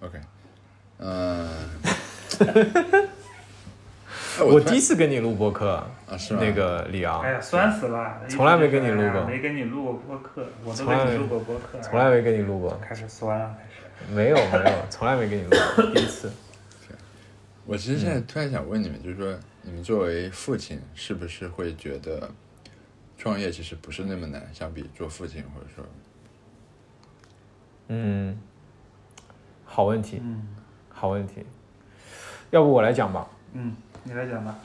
OK，嗯、呃哎我突第然一次跟你录播客，啊是吗那个李昂哎，呀，酸死了！从来没跟你录过哎呀没跟你录过播客，我都从来跟没你录过播客，从来没跟你录过，开始酸了，开始。没有没有，从来没跟你录过，第一次。我其实现在嗯突然想问你们，就是说，你们作为父亲，是不是会觉得创业其实不是那么难，相比做父亲，或者说，嗯，好问题，嗯好问题。要不我来讲吧。嗯，你来讲吧。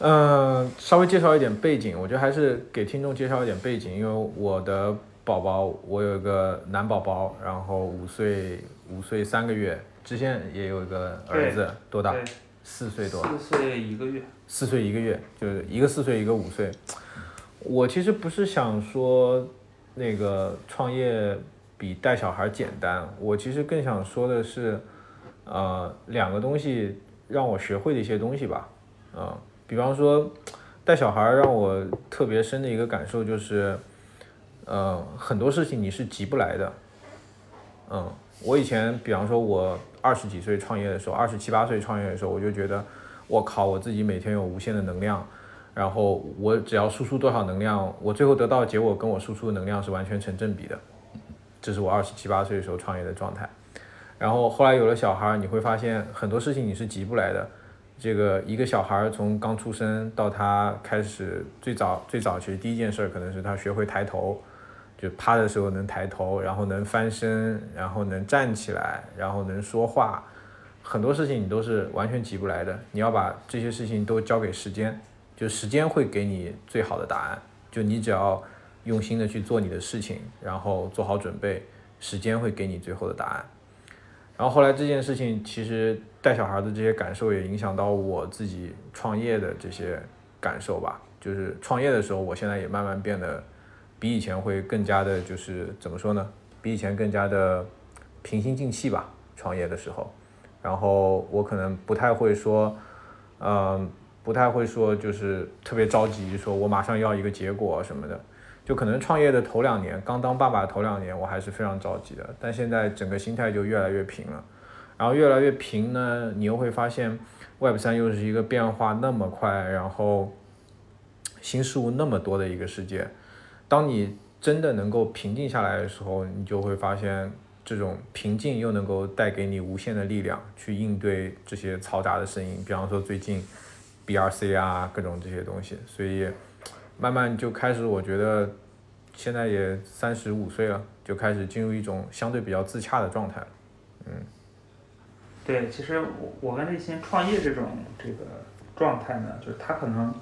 嗯，稍微介绍一点背景，我觉得还是给听众介绍一点背景，因为我的宝宝，我有一个男宝宝，然后五岁五岁三个月，之前也有一个儿子，多大？对，四岁多。四岁一个月。四岁一个月，就是一个四岁一个五岁。我其实不是想说那个创业比带小孩简单，我其实更想说的是，呃，两个东西让我学会的一些东西吧。啊、比方说带小孩让我特别深的一个感受就是，呃，很多事情你是急不来的。嗯，我以前比方说我二十几岁创业的时候，二十七八岁创业的时候，我就觉得。我靠，我自己每天有无限的能量，然后我只要输出多少能量，我最后得到的结果跟我输出的能量是完全成正比的。这是我二十七八岁的时候创业的状态。然后后来有了小孩儿，你会发现很多事情你是急不来的。这个一个小孩儿从刚出生到他开始最早最早，其实第一件事儿可能是他学会抬头，就趴的时候能抬头，然后能翻身，然后能站起来，然后能说话，很多事情你都是完全急不来的，你要把这些事情都交给时间，就时间会给你最好的答案。就你只要用心的去做你的事情，然后做好准备，时间会给你最后的答案。然后后来这件事情，其实带小孩的这些感受也影响到我自己创业的这些感受吧。就是创业的时候，我现在也慢慢变得比以前会更加的，就是怎么说呢？比以前更加的平心静气吧。创业的时候。然后我可能不太会说，嗯、不太会说就是特别着急，说我马上要一个结果什么的。就可能创业的头两年，刚当爸爸的头两年，我还是非常着急的。但现在整个心态就越来越平了，然后越来越平呢，你又会发现 Web 三又是一个变化那么快，然后新事物那么多的一个世界。当你真的能够平静下来的时候，你就会发现这种平静又能够带给你无限的力量，去应对这些嘈杂的声音，比方说最近 BRC 啊，各种这些东西，所以慢慢就开始，我觉得现在也三十五岁了，就开始进入一种相对比较自洽的状态了。对，其实我我跟立新创业这种这个状态呢，就是他可能，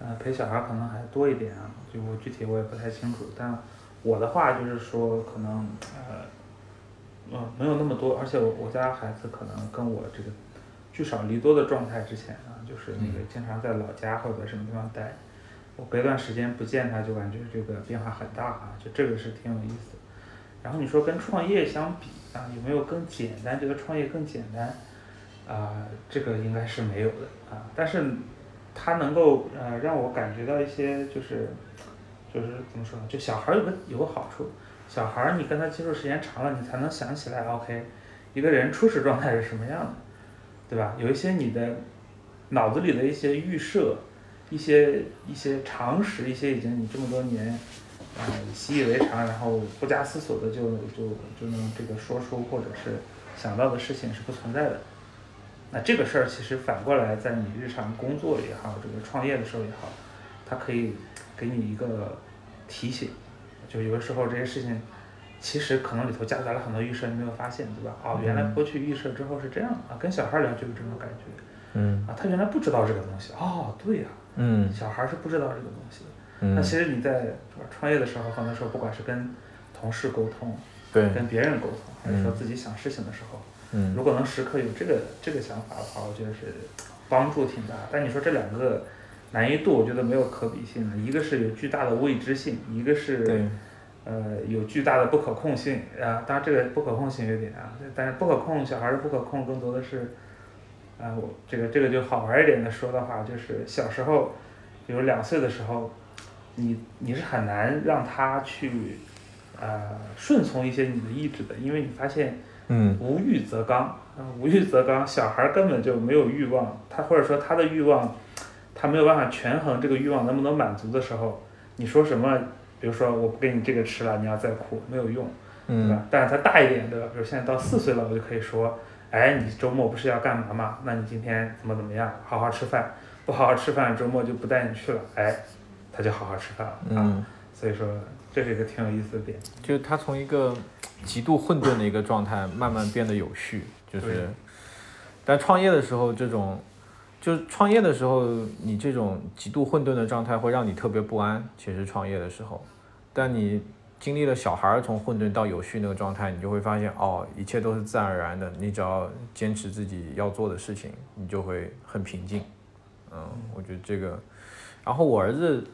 呃，陪小孩可能还多一点啊，就我具体我也不太清楚。但我的话就是说，可能呃，呃，没有那么多，而且我我家孩子可能跟我这个聚少离多的状态之前啊，就是那个经常在老家或者什么地方待，我隔一段时间不见他，就感觉这个变化很大啊，就这个是挺有意思的。然后你说跟创业相比啊，有没有更简单？觉得创业更简单？啊、这个应该是没有的啊。但是它能够呃让我感觉到一些就是就是怎么说呢？就小孩儿有个有个好处，小孩儿你跟他接触时间长了，你才能想起来，OK，一个人初始状态是什么样的，对吧？有一些你的脑子里的一些预设，一些一些常识，一些已经你这么多年。呃，习以为常，然后不加思索的就就就能这个说出或者是想到的事情是不存在的。那这个事儿其实反过来，在你日常工作也好，这个创业的时候也好，它可以给你一个提醒，就有的时候这些事情其实可能里头夹杂了很多预设，你没有发现，对吧？哦，原来过去预设之后是这样的啊，跟小孩儿聊就有这种感觉嗯啊，他原来不知道这个东西，哦，对呀、嗯小孩儿是不知道这个东西的。那其实你在是吧创业的时候，很多时候不管是跟同事沟通，嗯对，跟别人沟通，还是说嗯自己想事情的时候，嗯如果能时刻有这个这个想法的话，我觉得是帮助挺大。但你说这两个难易度，我觉得没有可比性的，一个是有巨大的未知性，一个是对，呃有巨大的不可控性啊。当然这个不可控性有点啊，但是不可控小孩儿的不可控更多的是，啊、我这个这个就好玩儿一点的说的话，就是小时候，比如两岁的时候，你你是很难让他去，呃，顺从一些你的意志的，因为你发现嗯无欲则刚，啊无欲则刚，小孩儿根本就没有欲望，他或者说他的欲望，他没有办法权衡这个欲望能不能满足的时候，你说什么，比如说我不给你这个吃了，你要再哭没有用，对嗯吧？但是他大一点，对吧？比如现在到四岁了，我就可以说，哎，你周末不是要干嘛嘛？那你今天怎么怎么样？好好吃饭，不好好吃饭，周末就不带你去了，哎，他就好好吃饭了、啊。嗯，所以说，这是一个挺有意思的点。就是他从一个极度混沌的一个状态，慢慢变得有序，就是对，但创业的时候这种。就是创业的时候，你这种极度混沌的状态会让你特别不安。其实创业的时候，但你经历了小孩儿从混沌到有序那个状态，你就会发现，哦，一切都是自然而然的。你只要坚持自己要做的事情，你就会很平静。嗯，我觉得这个。然后我儿子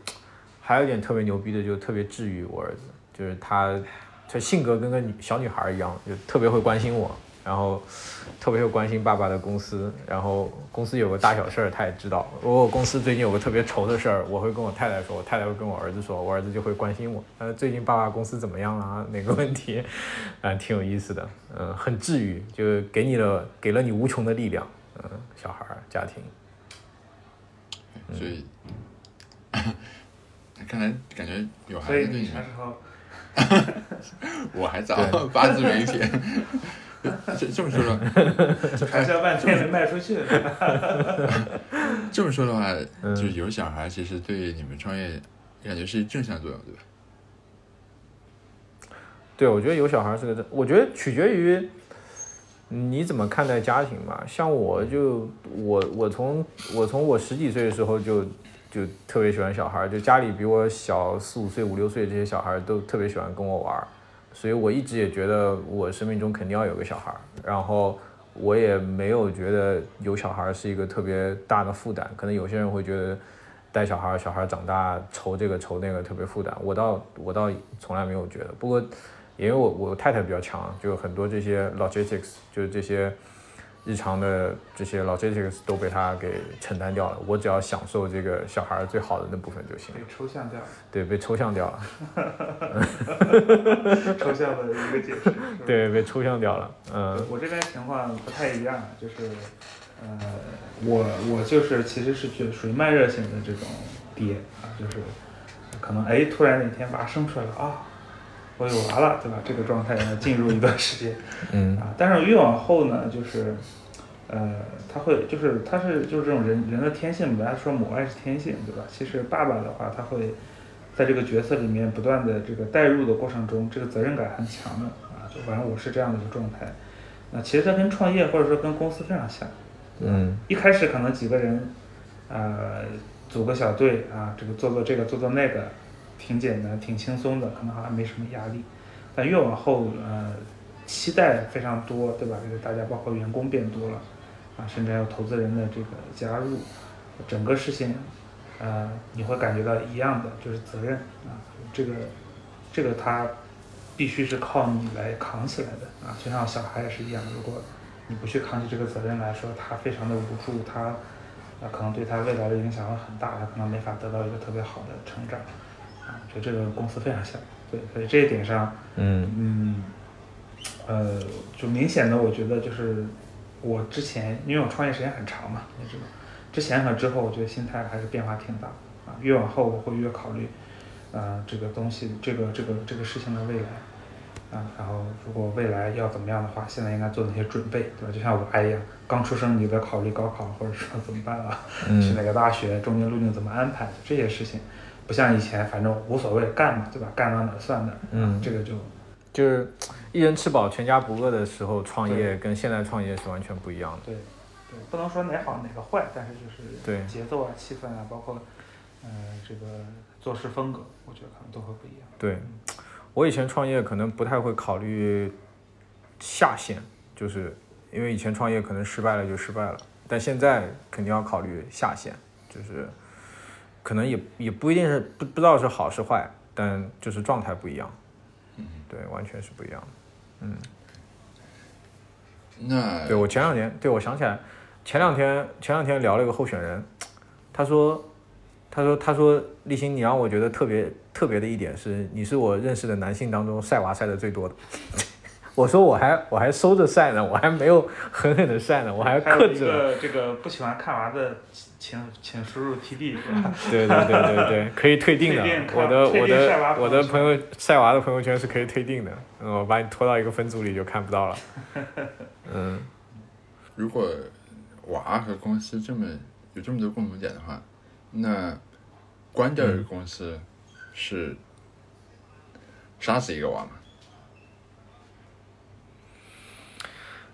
还有一点特别牛逼的，就特别治愈我儿子，就是他，他性格跟个女小女孩儿一样，就特别会关心我，然后特别会关心爸爸的公司，然后公司有个大小事儿他也知道。如果公司最近有个特别愁的事儿，我会跟我太太说，我太太会跟我儿子说，我儿子就会关心我。呃，最近爸爸公司怎么样啦？哪个问题？ 啊、挺有意思的，嗯、很治愈，就给你了，给了你无穷的力量。嗯、小孩儿家庭，嗯所以，看来感觉有所孩以子对你你啥时候？我还早 对，八字没撇。这这么说的，传销半天没卖出去，这么说的话，嗯就是有小孩，其实对你们创业感觉是正向作用，对吧？对，我觉得有小孩儿是个，我觉得取决于你怎么看待家庭吧。像我就我我从我从我十几岁的时候就就特别喜欢小孩儿，就家里比我小四五岁、五六岁这些小孩儿都特别喜欢跟我玩儿，所以我一直也觉得我生命中肯定要有个小孩儿。然后我也没有觉得有小孩儿是一个特别大的负担，可能有些人会觉得。带小孩儿，小孩儿长大愁这个愁那个特别负担，我倒我倒从来没有觉得。不过因为我我太太比较强，就很多这些 logistics，就是这些日常的这些 logistics 都被她给承担掉了。我只要享受这个小孩儿最好的那部分就行被，抽象掉了， 对，被抽象掉了，抽象的一个解释。是吧，对，被抽象掉了，嗯我这边情况不太一样，就是，呃，我我就是其实是属属于慢热型的这种爹啊，就是可能哎突然哪天娃生出来了啊，我有娃了，对吧？这个状态呢进入一段时间，嗯啊，但是越往后呢，就是，呃，他会就是他是就是这种人人的天性，本来说母爱是天性，对吧？其实爸爸的话，他会在这个角色里面不断的这个代入的过程中，这个责任感很强的啊，就反正我是这样的一个状态。那其实他跟创业或者说跟公司非常像，嗯一开始可能几个人，呃，组个小队啊，这个做做这个做做那个，挺简单，挺轻松的，可能好像没什么压力。但越往后，呃，期待非常多，对吧？这个大家包括员工变多了，啊，甚至还有投资人的这个加入，整个事情，呃，你会感觉到一样的，就是责任啊，这个，这个他必须是靠你来扛起来的啊，就像小孩也是一样，如果你不去扛起这个责任来说，他非常的无助，他啊可能对他未来的影响会很大，他可能没法得到一个特别好的成长啊，就这个公司非常像，对，所以这一点上，嗯嗯，呃，就明显的我觉得就是我之前因为我创业时间很长嘛，你知道，之前和之后我觉得心态还是变化挺大啊，越往后我会越考虑，呃，这个东西这个这个这个事情的未来。啊，然后如果未来要怎么样的话，现在应该做哪些准备，对吧？就像我爱一样，刚出生你在考虑高考，或者说怎么办啊，嗯去哪个大学，中间路径怎么安排，这些事情，不像以前，反正无所谓，干嘛，对吧？干到哪儿算哪儿，嗯，这个就就是一人吃饱全家不饿的时候创业对跟现在创业是完全不一样的，对，对，不能说哪好哪个坏，但是就是对节奏啊、气氛啊，包括呃这个做事风格，我觉得可能都会不一样。对。我以前创业可能不太会考虑下限，就是因为以前创业可能失败了就失败了，但现在肯定要考虑下限，就是可能也也不一定是不不知道是好是坏，但就是状态不一样，嗯，对，完全是不一样的。那对我前两年，对我想起来，前两天前两天聊了一个候选人，他说，他说他说立新，你让我觉得特别特别的一点是，你是我认识的男性当中晒娃晒的最多的。 我说我还我还收着晒呢，我还没有狠狠的晒呢，我还还有克一制了。个这个不喜欢看娃的，请请输入 TD 是吧？对对对对对，可以退订的 退订。看我的退订我晒娃的朋我友的圈朋友晒娃的朋友圈是可以退订的，嗯，我把你拖到一个分组里就看不到了。嗯，如果娃和公司这么有这么多共同点的话，那关掉一个公司是杀死一个娃嘛？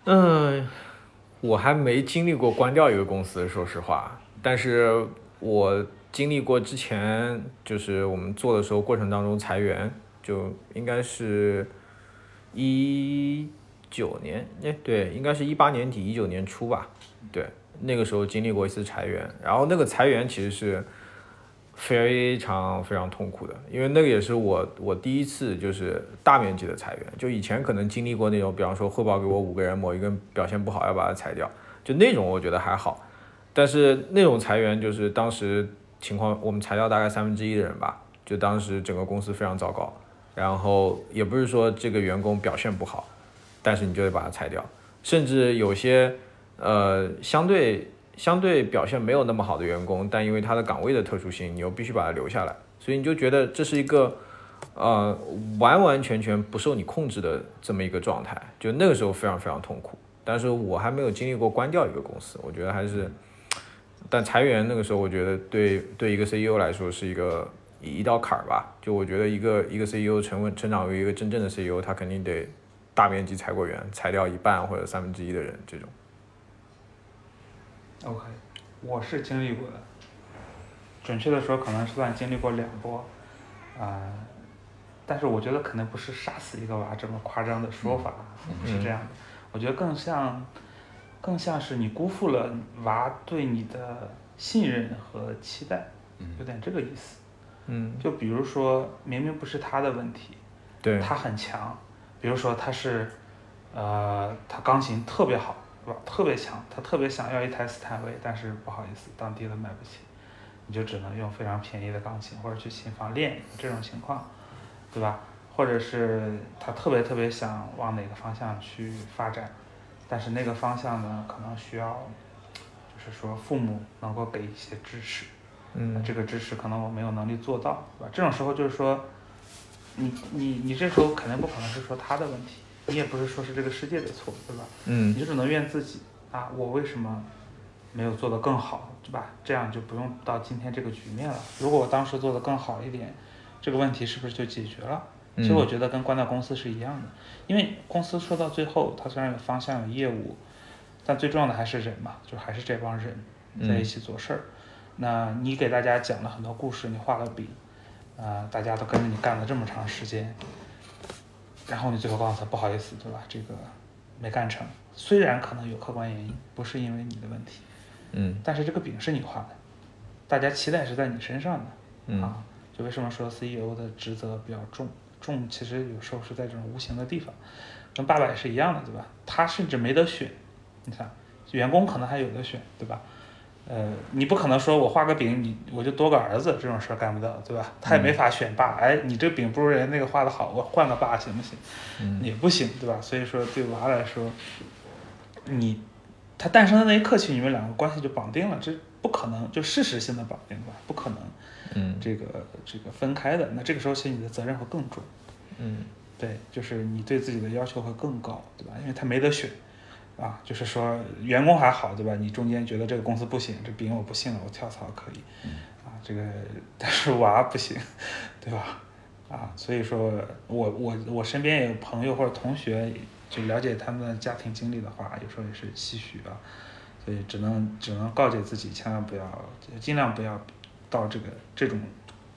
嗯，我还没经历过关掉一个公司，说实话，但是我经历过之前就是我们做的时候过程当中裁员，就应该是一九年，哎，对，应该是一八年底一九年初吧，对，那个时候经历过一次裁员，然后那个裁员其实是非常非常痛苦的，因为那个也是我我第一次就是大面积的裁员，就以前可能经历过那种，比方说汇报给我五个人，某一个人表现不好要把他裁掉，就那种我觉得还好，但是那种裁员就是当时情况，我们裁掉大概三分之一的人吧，就当时整个公司非常糟糕，然后也不是说这个员工表现不好，但是你就得把他裁掉，甚至有些呃相对相对表现没有那么好的员工，但因为他的岗位的特殊性，你又必须把他留下来，所以你就觉得这是一个呃完完全全不受你控制的这么一个状态，就那个时候非常非常痛苦。但是我还没有经历过关掉一个公司，我觉得还是，但裁员那个时候，我觉得对对一个 CEO 来说是一个一道坎儿吧。就我觉得一个一个 CEO 成为成长为一个真正的 CEO，他肯定得大面积裁过员，裁掉一半或者三分之一的人这种。嗯 OK，我是经历过的，准确的说可能是算经历过两波，啊、但是我觉得可能不是杀死一个娃这么夸张的嗯说法，不是这样的，我觉得更像，更像是你辜负了娃对你的信任和期待，有嗯，点这个意思。嗯，就比如说，明明不是他的问题，对，他很强，比如说他是，呃，他钢琴特别好，是吧？特别强，他特别想要一台斯坦威，但是不好意思，当地的买不起，你就只能用非常便宜的钢琴或者去琴房练这种情况，对吧？或者是他特别特别想往哪个方向去发展，但是那个方向呢，可能需要，就是说父母能够给一些支持，嗯，这个支持可能我没有能力做到，对吧？这种时候就是说，你你你这时候肯定不可能是说他的问题，你也不是说是这个世界的错，对吧？嗯你就只能怨自己啊，我为什么没有做得更好，对吧？这样就不用到今天这个局面了。如果我当时做得更好一点，这个问题是不是就解决了？其实我觉得跟关到公司是一样的，因为公司说到最后，它虽然有方向有业务，但最重要的还是人嘛，就还是这帮人在一起做事儿。那你给大家讲了很多故事，你画了笔，啊、大家都跟着你干了这么长时间，然后你最后告诉他不好意思，对吧？这个没干成，虽然可能有客观原因，不是因为你的问题，嗯但是这个饼是你画的，大家期待是在你身上的。嗯啊，就为什么说 CEO 的职责比较重？重其实有时候是在这种无形的地方，跟爸爸也是一样的，对吧？他甚至没得选，你看，员工可能还有的选，对吧？呃，你不可能说我画个饼，你我就多个儿子这种事儿干不到，对吧？他也没法选爸，哎，你这饼不如人那个画的好，我换个爸行不行？嗯也不行，对吧？所以说对娃来说，你他诞生的那一刻起，你们两个关系就绑定了，这不可能，就事实性的绑定吧，不可能。嗯这个这个分开的，那这个时候其实你的责任会更重，嗯对，就是你对自己的要求会更高，对吧？因为他没得选，啊，就是说员工还好，对吧？你中间觉得这个公司不行，这饼我不信了，我跳槽可以，啊，这个但是娃不行， 对吧？啊，所以说我我我身边也有朋友或者同学，就了解他们的家庭经历的话，有时候也是唏嘘啊，所以只能只能告诫自己，千万不要，尽量不要到这个这种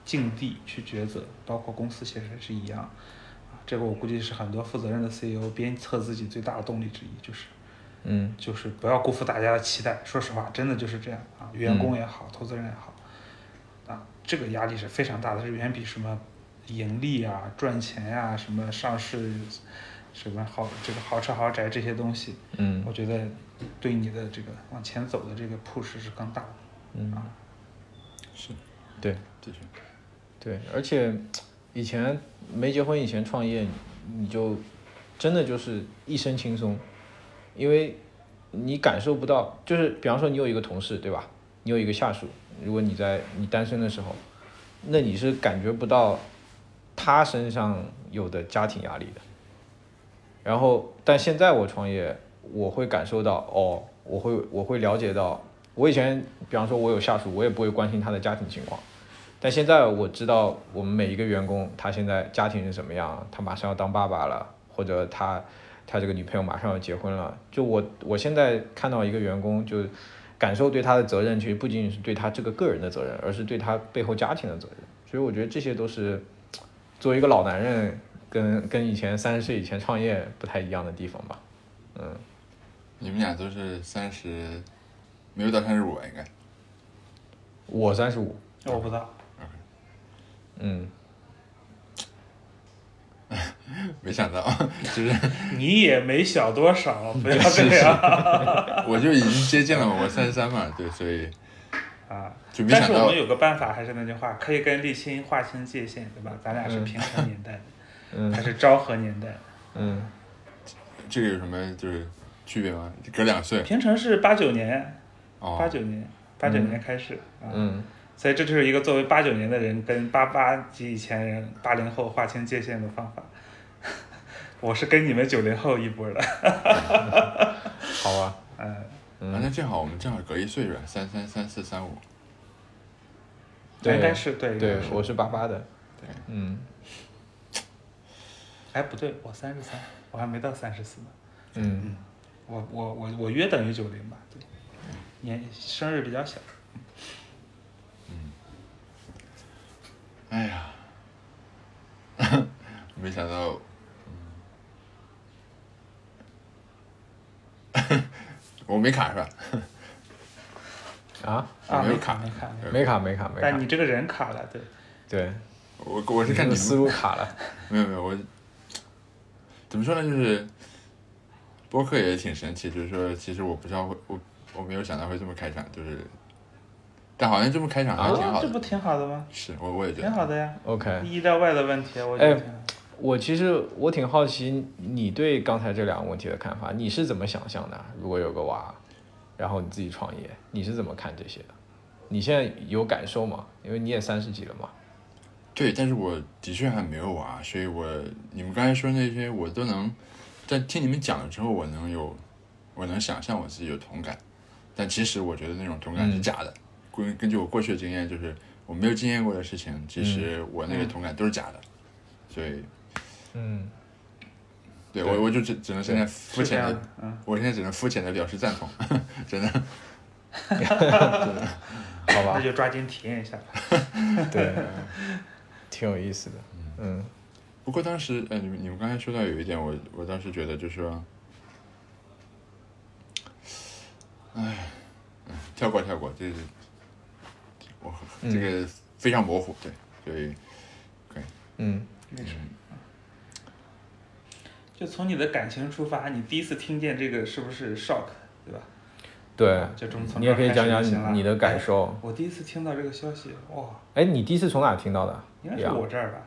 境地去抉择，包括公司其实是一样，啊，这个我估计是很多负责任的 CEO 鞭策自己最大的动力之一，就是嗯就是不要辜负大家的期待。说实话，真的就是这样啊，员工也好，投资人也好，啊，这个压力是非常大的，是远比什么盈利啊、赚钱呀、什么上市、什么豪这个豪车豪宅这些东西，嗯我觉得对你的这个往前走的这个 push 是更大的。嗯，啊是，对继续。对，而且以前没结婚以前创业，你就真的就是一身轻松，因为你感受不到，就是比方说你有一个同事对吧？你有一个下属，如果你在你单身的时候，那你是感觉不到他身上有的家庭压力的。然后，但现在我创业，我会感受到哦，我会我会了解到，我以前比方说我有下属，我也不会关心他的家庭情况。但现在我知道我们每一个员工他现在家庭是什么样，他马上要当爸爸了，或者他他这个女朋友马上要结婚了。就我我现在看到一个员工，就感受对他的责任，其实不仅仅是对他这个个人的责任，而是对他背后家庭的责任。所以我觉得这些都是作为一个老男人跟跟以前三十岁以前创业不太一样的地方吧。嗯，你们俩都是三十，没有到三十五吧？应该我三十五，我不知道，嗯，没想到， 就是你也没小多少，不要这样 我就已经接近了嘛，我三十三嘛，对，所以啊。就没但想是我到们有个办法，还是那句话，可以跟沥青划清界限，对吧？咱俩是平衡年代的，嗯他是昭和年代。嗯，这个有什么就是区别吗？隔两岁平成是八九年，哦，八九年，八九年开始啊，嗯，所以这就是一个作为八九年的人跟八八及以前人、八零后划清界限的方法。 我是跟你们九零后一波的，好吧，嗯，啊，那正好我们正好隔一岁是吧？三三三四三五，对应该是对，应该对，是我是八八的，对，嗯。哎，不对，我三十三，我还没到三十四呢。嗯，我我我我约等于九零吧，对，年生日比较小，哎呀， 没想到，嗯 我没卡是吧？啊，我啊，没有没卡没卡，没卡没卡没卡没但卡，你这个人卡了，对，对，我我是看你你们的思路卡了，没有没有，我怎么说呢？就是播客也挺神奇，就是说，其实我不知道会我我没有想到会这么开场，就是，但好像这么开场还挺啊好这的。不挺好的吗？是我我也觉挺得，好的呀， OK，意料外的问题，啊我觉得哎挺好的。我其实我挺好奇你对刚才这两个问题的看法，你是怎么想象的？如果有个娃，然后你自己创业，你是怎么看这些的？你现在有感受吗？因为你也三十几了嘛。对，但是我的确还没有娃，所以我你们刚才说那些我都能，在听你们讲了之后，我能有，我能想象我自己有同感，但其实我觉得那种同感是假的。根、根据我过去的经验，就是我没有经验过的事情，其实我那个同感都是假的，所以嗯对对我我就只只能现在肤是这浅样的的，，嗯，我现在只能肤浅的表示赞同，真的。嗯好那 吧，就抓紧体验一下吧。对，挺有意思的。嗯不过当时，呃，你们你们刚才说到有一点，我我当时觉得就是说，哎，跳过跳过，这是我这个非常模糊，对，所以嗯，没事。就从你的感情出发，你第一次听见这个是不是 shock，对吧？对，就从从你这也儿可以开讲始讲就行了你你的感哎受。我第一次听到这个消息，哇，哎，你第一次从哪听到的？应该是我这儿吧？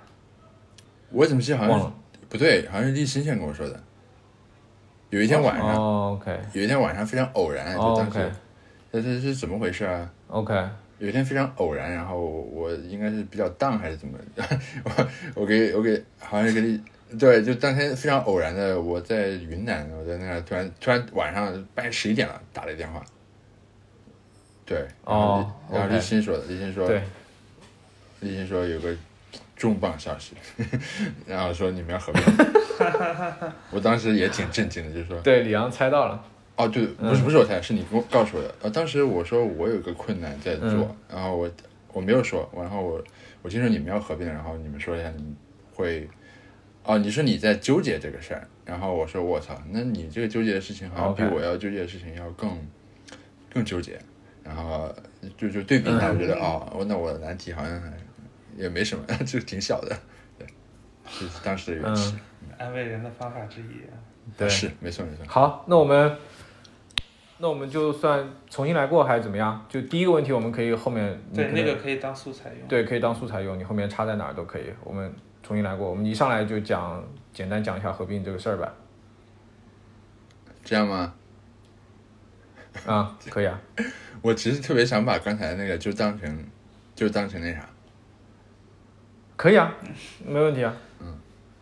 我怎么记得好像忘是了。不对，好像是立新先跟我说的。有一天晚上，哦，OK，有一天晚上非常偶然，就哦哎当时， ，OK 这这是怎么回事啊？ OK，有一天非常偶然，然后我应该是比较荡还是怎么， 我我给我给好像是给你对，就当天非常偶然的，我在云南，我在那儿突然突然晚上半夜十一点了，打了一电话，对，然后哦立然后 OK 立新说的，立新说对，立新说有个重磅消息， 然后说你们要合并， 我当时也挺震惊的，就说对，李阳猜到了。哦，对，嗯不是不是我猜，是你跟我告诉我的。呃，当时我说我有个困难在做，嗯然后我我没有说，然后我我听说你们要合并，然后你们说一下你会，哦，你说你在纠结这个事儿，然后我说我操，那你这个纠结的事情好像比哦 OK 我要纠结的事情要更更纠结，然后就就对比一下，我觉嗯得哦，我那我的难题好像还也没什么， 就挺小的，对，是当时的原始，安慰人的方法之一啊。嗯对，是没错没错，好，那我们，那我们就算重新来过还是怎么样？就第一个问题，我们可以后面你对，可能那个可以当素材用。对可以当素材用，你后面插在哪儿都可以。我们重新来过，我们一上来就讲简单讲一下合并这个事儿吧。这样吗？ 啊，可以啊，我其实特别想把刚才那个就当成，就当成那啥，可以啊，没问题啊。嗯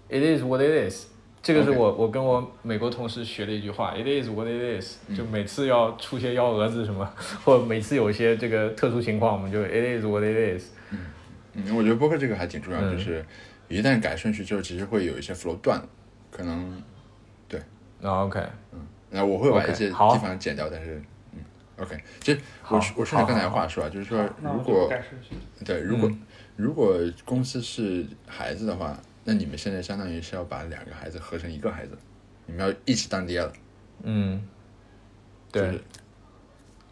，It is what it is。这个是我我跟我美国同事学的一句话，It is what it is。就每次要出些幺蛾子什么，或者每次有一些这个特殊情况，我们就 It is what it is。嗯，我觉得播客这个还挺重要，嗯就是一旦改顺序之后，其实会有一些 flow 断了，可能，啊，OK，然后我会把 OK，一些地好方剪掉，但是，嗯，OK，其实好我我顺着好刚才好嗯话说啊，就是说那如我就果改顺序。对，如果、如果公司是孩子的话，那你们现在相当于是要把两个孩子合成一个孩子，你们要一起当爹了，嗯，就对是，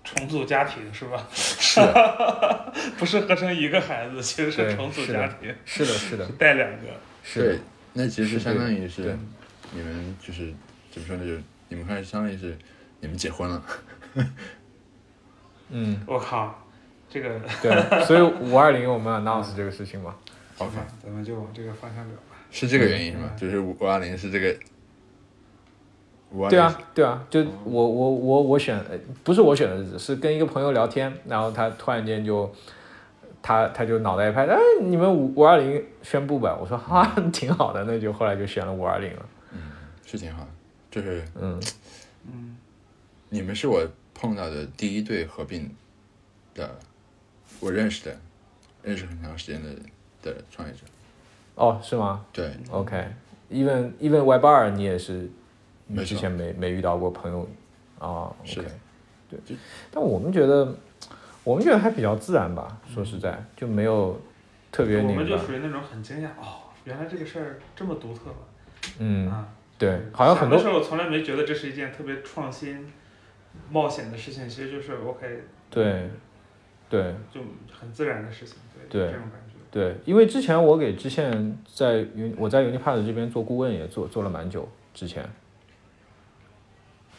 重组家庭是吧？是的， 不是合成一个孩子，其实对是重组是的家庭，是的， 是的，带两个。是的对，，那其实是相对当于是对你们就是怎么说呢，就是你们开始相当于是你们结婚了，嗯，我靠，这个对， 所以五二零我们 announce 这个事情嘛， OK 嗯行吧 咱们就往这个方向聊吧。是这个原因是吧？嗯就是五二零是这个，五二对零啊，对啊，就我我我我选，呃不是我选的日子，是跟一个朋友聊天，然后他突然间就，他他就脑袋一拍，哎，你们五五二零宣布吧，我说哈、 挺好的，那就后来就选了五二零了，是挺好的，就是嗯，嗯，你们是我碰到的第一对合并的，我认识的，认识很长时间的的创业者。哦，是吗对， ？OK，even even Y 八二你也是，没你之错前没没遇到过朋友啊、是 o 的 k 就对，但我们觉得我们觉得还比较自然吧，说实嗯在就没有特别我那们个就吧，属于那种很惊讶哦，原来这个事儿这么独特吧？嗯，啊，对，好像很多小的时候我从来没觉得这是一件特别创新、冒险的事情，其实就是 OK，对对。就很自然的事情，对，对这种感觉。对，因为之前我给知县在云，我在 Unipad 这边做顾问也做做了蛮久之前，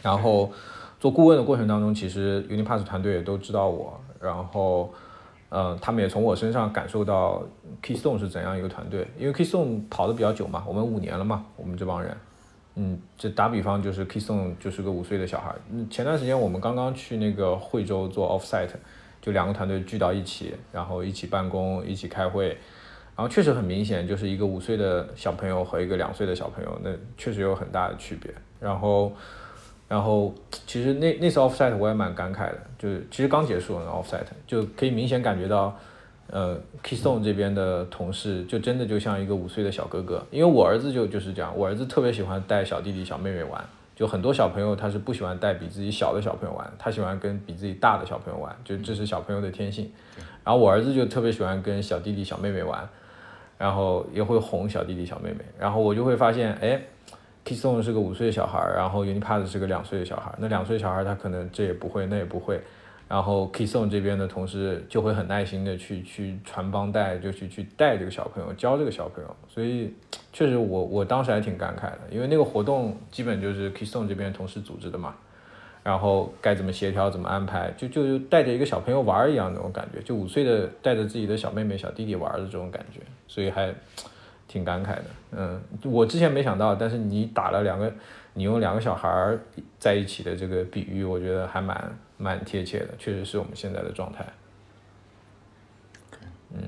然后做顾问的过程当中，其实 Unipad 团队也都知道我，然后呃，他们也从我身上感受到 Keystone 是怎样一个团队，因为 Keystone 跑的比较久嘛，我们五年了嘛，我们这帮人。嗯，这打比方就是 Keystone 就是个五岁的小孩儿。嗯，前段时间我们刚刚去那个惠州做 offsite，就两个团队聚到一起，然后一起办公，一起开会，然后确实很明显，就是一个五岁的小朋友和一个两岁的小朋友，那确实有很大的区别。然后，然后其实那那次 offsite 我也蛮感慨的，就是其实刚结束那 offsite 就可以明显感觉到，呃，Keystone 这边的同事就真的就像一个五岁的小哥哥，因为我儿子就就是这样，我儿子特别喜欢带小弟弟小妹妹玩。就很多小朋友他是不喜欢带比自己小的小朋友玩，他喜欢跟比自己大的小朋友玩，就这是小朋友的天性。然后我儿子就特别喜欢跟小弟弟小妹妹玩，然后也会哄小弟弟小妹妹，然后我就会发现，哎，Keystone 是个五岁的小孩儿，然后 Unipad 是个两岁的小孩儿，那两岁小孩儿他可能这也不会那也不会，然后 Keystone 这边的同事就会很耐心的去去传帮带，就去去带这个小朋友，教这个小朋友，所以确实我我当时还挺感慨的，因为那个活动基本就是 Keystone 这边同事组织的嘛。然后该怎么协调，怎么安排，就就就带着一个小朋友玩儿一样那种感觉，就五岁的带着自己的小妹妹、小弟弟玩儿的这种感觉，所以还挺感慨的。嗯，我之前没想到，但是你打了两个，你用两个小孩儿在一起的这个比喻，我觉得还蛮蛮贴切的，确实是我们现在的状态。嗯，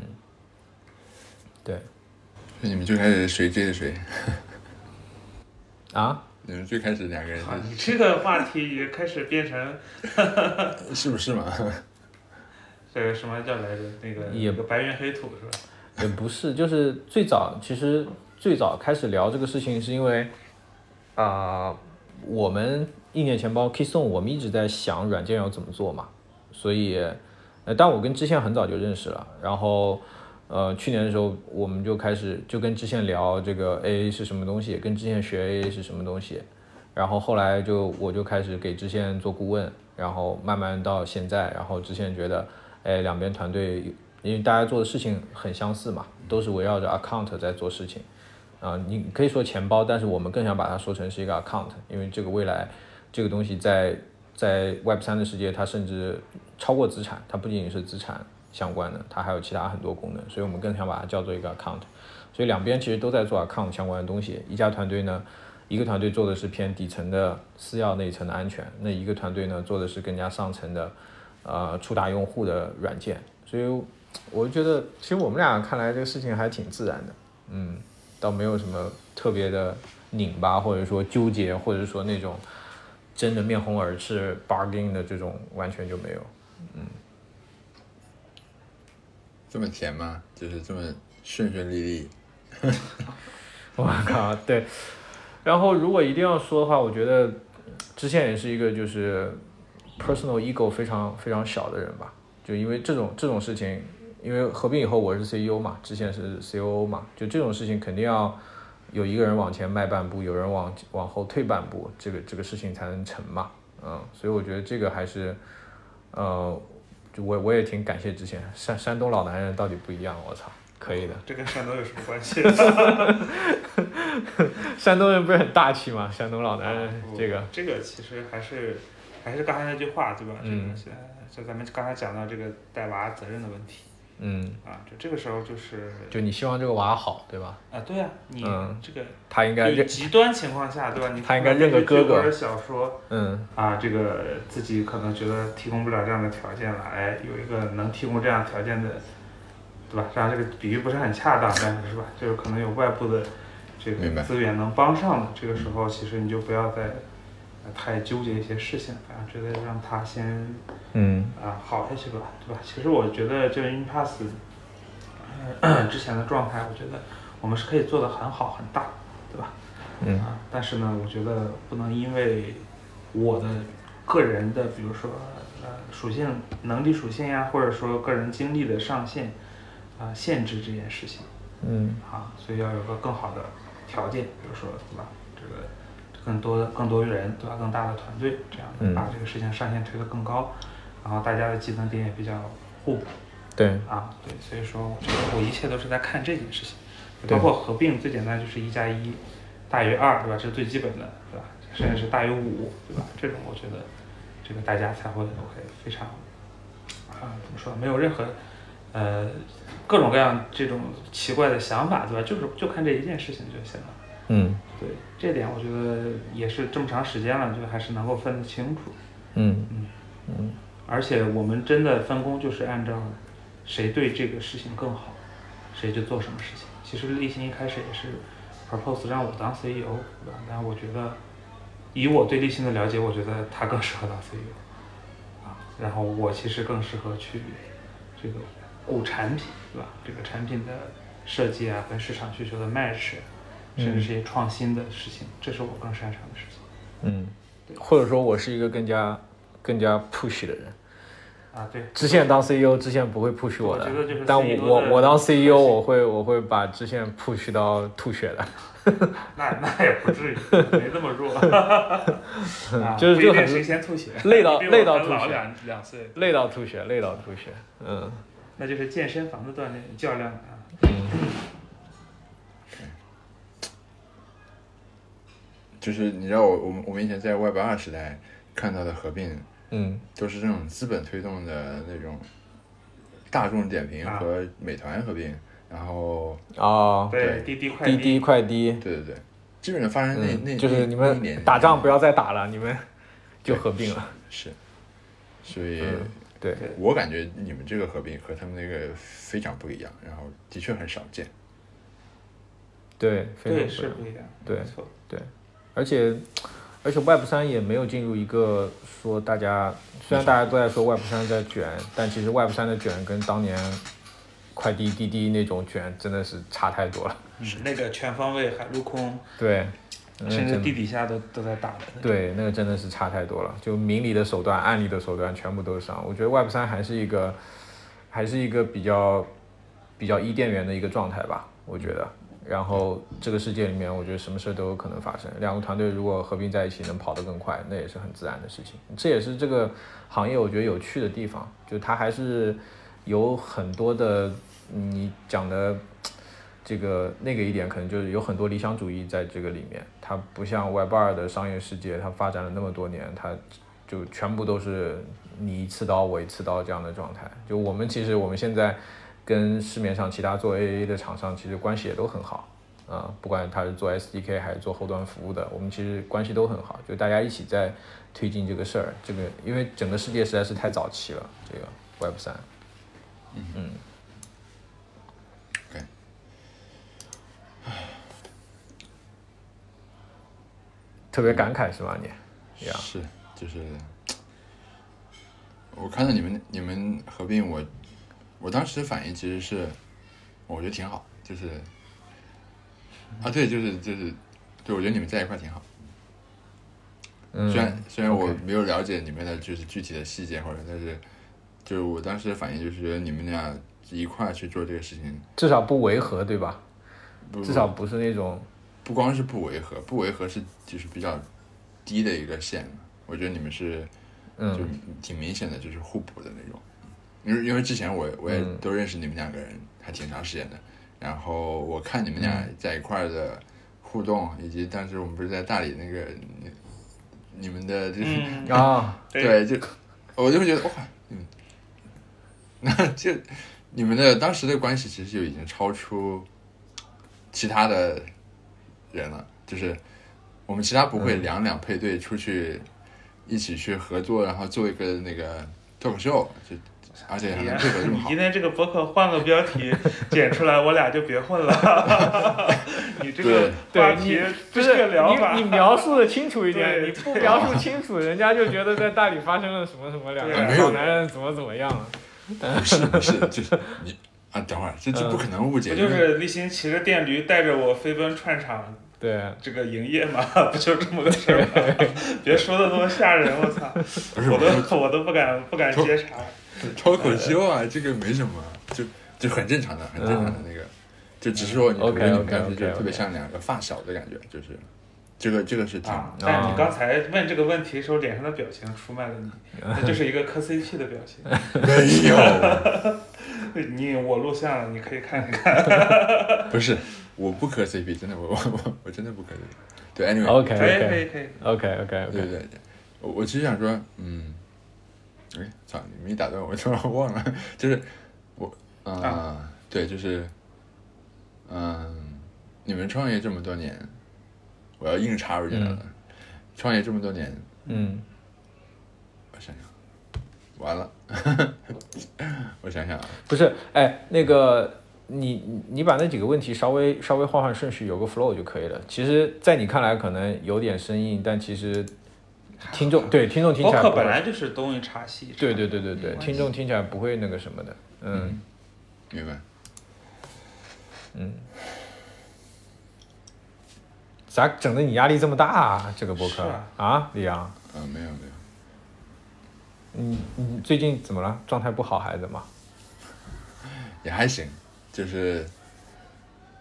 对所以你们最开始谁追的谁？啊，你们最开始两个人好，你这个话题也开始变成是是不是嘛？ 这个呃什么叫来着？那个也那个白云黑土是吧？也不是，就是最早其实最早开始聊这个事情，是因为啊、我们硬件钱包 Keystone，我们一直在想软件要怎么做嘛，所以呃，但我跟知县很早就认识了，然后呃，去年的时候我们就开始就跟知县聊这个 AA 是什么东西，跟知县学 AA 是什么东西，然后后来就我就开始给知县做顾问，然后慢慢到现在，然后知县觉得，哎，两边团队因为大家做的事情很相似嘛，都是围绕着 account 在做事情，啊、你可以说钱包，但是我们更想把它说成是一个 account，因为这个未来这个东西在在 Web 三的世界，它甚至超过资产，它不仅仅是资产相关的，它还有其他很多功能，所以我们更想把它叫做一个 account。所以两边其实都在做 account 相关的东西，一家团队呢。一一个团队做的是偏底层的私钥那一层的安全，那一个团队呢做的是更加上层的，呃，触达用户的软件。所以我觉得，其实我们俩看来这个事情还挺自然的，嗯，倒没有什么特别的拧巴，或者说纠结，或者说那种真的面红耳赤 bargaining 的这种完全就没有。这么甜吗？就是这么顺顺利利。 我靠，对。然后如果一定要说的话，我觉得知县也是一个就是 personal ego 非常非常小的人吧。就因为这种这种事情，因为合并以后我是 CEO 嘛，知县是 COO 嘛，就这种事情肯定要有一个人往前迈半步，有人往往后退半步，这个这个事情才能成嘛。嗯，所以我觉得这个还是，呃，就我我也挺感谢知县，山山东老男人到底不一样，我操，可以的。这跟山东有什么 关系？山东人不是很大气吗？山东老男 人哎不哎这个。这个其实还是还是刚才那句话对吧？这嗯个是就咱们刚才讲到这个带娃责任的问题嗯，啊，就这个时候就是就你希望这个娃好，对吧？啊，对呀、你嗯这个他应该对认，极端情况下对吧？你他应该认个看电视剧哥哥或者小说嗯啊，这个自己可能觉得提供不了这样的条件了，哎，有一个能提供这样条件的，对吧？当然这个比喻不是很恰当，但是是吧？就是可能有外部的这明白个资源能帮上的，这个时候其实你就不要再呃太纠结一些事情，反正觉得让他先嗯啊，好下去吧，对吧？其实我觉得这个 Impass 呃 之前的状态，我觉得我们是可以做的很好很大，对吧？嗯啊，但是呢，我觉得不能因为我的个人的，比如说呃属性、能力属性呀，或者说个人精力的上限啊、限制这件事情嗯啊，所以要有个更好的条件，比如说对吧？这个更多更多人对吧？更大的团队，这样嗯能把这个事情上限推得更高，然后大家的技能点也比较互补。对，啊，对，所以说我觉得我一切都是在看这件事情，对包括合并最简单就是一加一大于二，对吧？这是最基本的，对吧？甚至是大于五，对吧？这种我觉得这个大家才会 OK 非常啊怎么说没有任何呃各种各样这种奇怪的想法，对吧？就是就看这一件事情就行了。嗯对，这点我觉得也是这么长时间了，就还是能够分得清楚。嗯而且我们真的分工就是按照谁对这个事情更好，谁就做什么事情。其实立新一开始也是 propose 让我当 CEO，对吧？但我觉得以我对立新的了解，我觉得他更适合当 CEO 啊。然后我其实更适合去这个顾产品，对吧？这个产品的设计啊，跟市场需求的 match，甚至是一些创新的事情，这是我更擅长的事情嗯，或者说我是一个更加更加 push 的人。啊。对，知县当 E CEO，知县不会 push 我的我觉得就是但我 CEO 的我我当 CEO，核心我会我会把知县 push 到吐血 的。那那也不至于，没那么弱。 啊 就是不就一定很谁先吐血， 累到 你比我累到还吐老血两两岁，累到吐血，累到吐血。嗯那就是健身房的锻炼较量啊。就是你知道我我们我们以前在 Web 二时代看到的合并，嗯都是这种资本推动的那种大众点评啊和美团合并，然后哦，对滴滴快滴滴快滴，对对对，基本上发生那、那嗯，就是你那一们年打仗不要再打了，你们就合并了。是，所以、嗯对，我感觉你们这个合并和他们那个非常不一样，然后的确很少见。对，非常对不一是样不一样，对没错，嗯而且而且 Web 三也没有进入一个说大家虽然大家都在说 Web 三在卷，但其实 Web 三的卷跟当年快递滴滴那种卷真的是差太多了。 嗯那个全方位海陆空，对，那个甚至嗯真地底下都都在打的那种。对那个真的是差太多了，就明里的手段、暗里的手段全部都上。我觉得 Web 三还是一个还是一个比较比较伊甸园的一个状态吧，我觉得。然后这个世界里面，我觉得什么事都有可能发生。两个团队如果合并在一起，能跑得更快，那也是很自然的事情。这也是这个行业我觉得有趣的地方，就它还是有很多的嗯你讲的这个那个一点，可能就是有很多理想主义在这个里面。它不像 Web 二的商业世界，它发展了那么多年，它就全部都是你一次刀我一次刀这样的状态。就我们其实我们现在跟市面上其他做 AA 的厂商其实关系也都很好，啊、不管他是做 SDK 还是做后端服务的，我们其实关系都很好，就大家一起在推进这个事儿。这个因为整个世界实在是太早期了，这个 Web 三，特别感慨是吧？你，呀是，就是我看到你们你们合并我，我当时的反应其实是，我觉得挺好，就是啊，对，就是就是，对我觉得你们在一块儿挺好。嗯，虽然虽然我 OK 没有了解你们的就是具体的细节或者，但是就是我当时的反应就是觉得你们俩一块儿去做这个事情，至少不违和，对吧？不至少不是那种不光是不违和，不违和是就是比较低的一个线嘛。我觉得你们是就嗯挺明显的，就是互补的那种。因为因为之前我我也嗯都认识你们两个人，还挺长时间的。然后我看你们俩嗯在一块儿的互动，以及当时我们不是在大理那个你你们的就是、嗯，啊，对，就我就会觉得哇，嗯，那就你们的当时的关系其实就已经超出其他的人了，就是我们其他不嗯会两两配对出去一起去合作，然后做一个那个脱口秀，就而且还能配合这么你好今，天这个博客换个标题剪出来，我俩就别混了。 你这个话对题你不是个聊法你，你描述的清楚一点，对你不描述清 楚，人家就觉得在大理发生了什么什么，两个对啊没有老男人怎么怎么样了。不是不是，就是你啊，等会儿这这不可能误解，不因就为是立新骑着电驴带着我飞奔串场对，这个营业嘛？ 不就这么个事 儿吗？别说的那么吓人，我操！不是我我说都我都不敢不敢接茬。 脱口秀啊，这个没什么，就就很正常的，很正常的那个，就只是说你我觉 OK，OK，得你们当时 OK，OK，就特别像两个发小的感觉，就是这个这个是挺啊！但是你刚才问这个问题的时候，脸上的表情出卖了你，那就是一个磕 CP 的表情。 没有，你我录像了，你可以看一看。不是我不磕 CP，真的我我我我真的不磕 CP，对，anyway， OK 可以可 OK 哎以可以， OK OK 对哎 OK，对对，我我其实想说，嗯，哎，操，你们一打断我，突然忘了，就是我，啊、啊对，就是，嗯、你们创业这么多年，我要硬插入进来了，创业这么多年，嗯，我想想，完了， 我想想啊，不是，哎，那个你你你把那几个问题稍微稍微换换顺序，有个 flow 就可以了。其实，在你看来可能有点生硬，但其实听众对听众听播起来客不会本来就是东一茬西一茬。对对对对对，没关系听众听起来不会那个什么的，嗯明白，咋整的你压力这么大啊？这个博是客啊啊，李阳，嗯、没有没有，你你最近怎么了？状态不好还是怎么？也还行，就是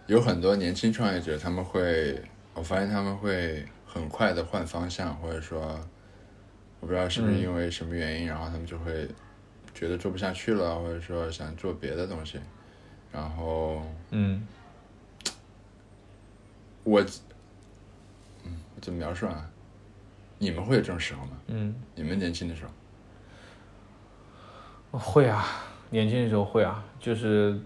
有很多年轻创业者，他们会，我发现他们会很快的换方向，或者说，我不知道是不嗯是因为什么原因，然后他们就会觉得做不下去了，或者说想做别的东西，然后嗯我，嗯，我怎么描述啊？你们会有这种时候吗？嗯，你们年轻的时候？会啊，年轻的时候会啊，就是，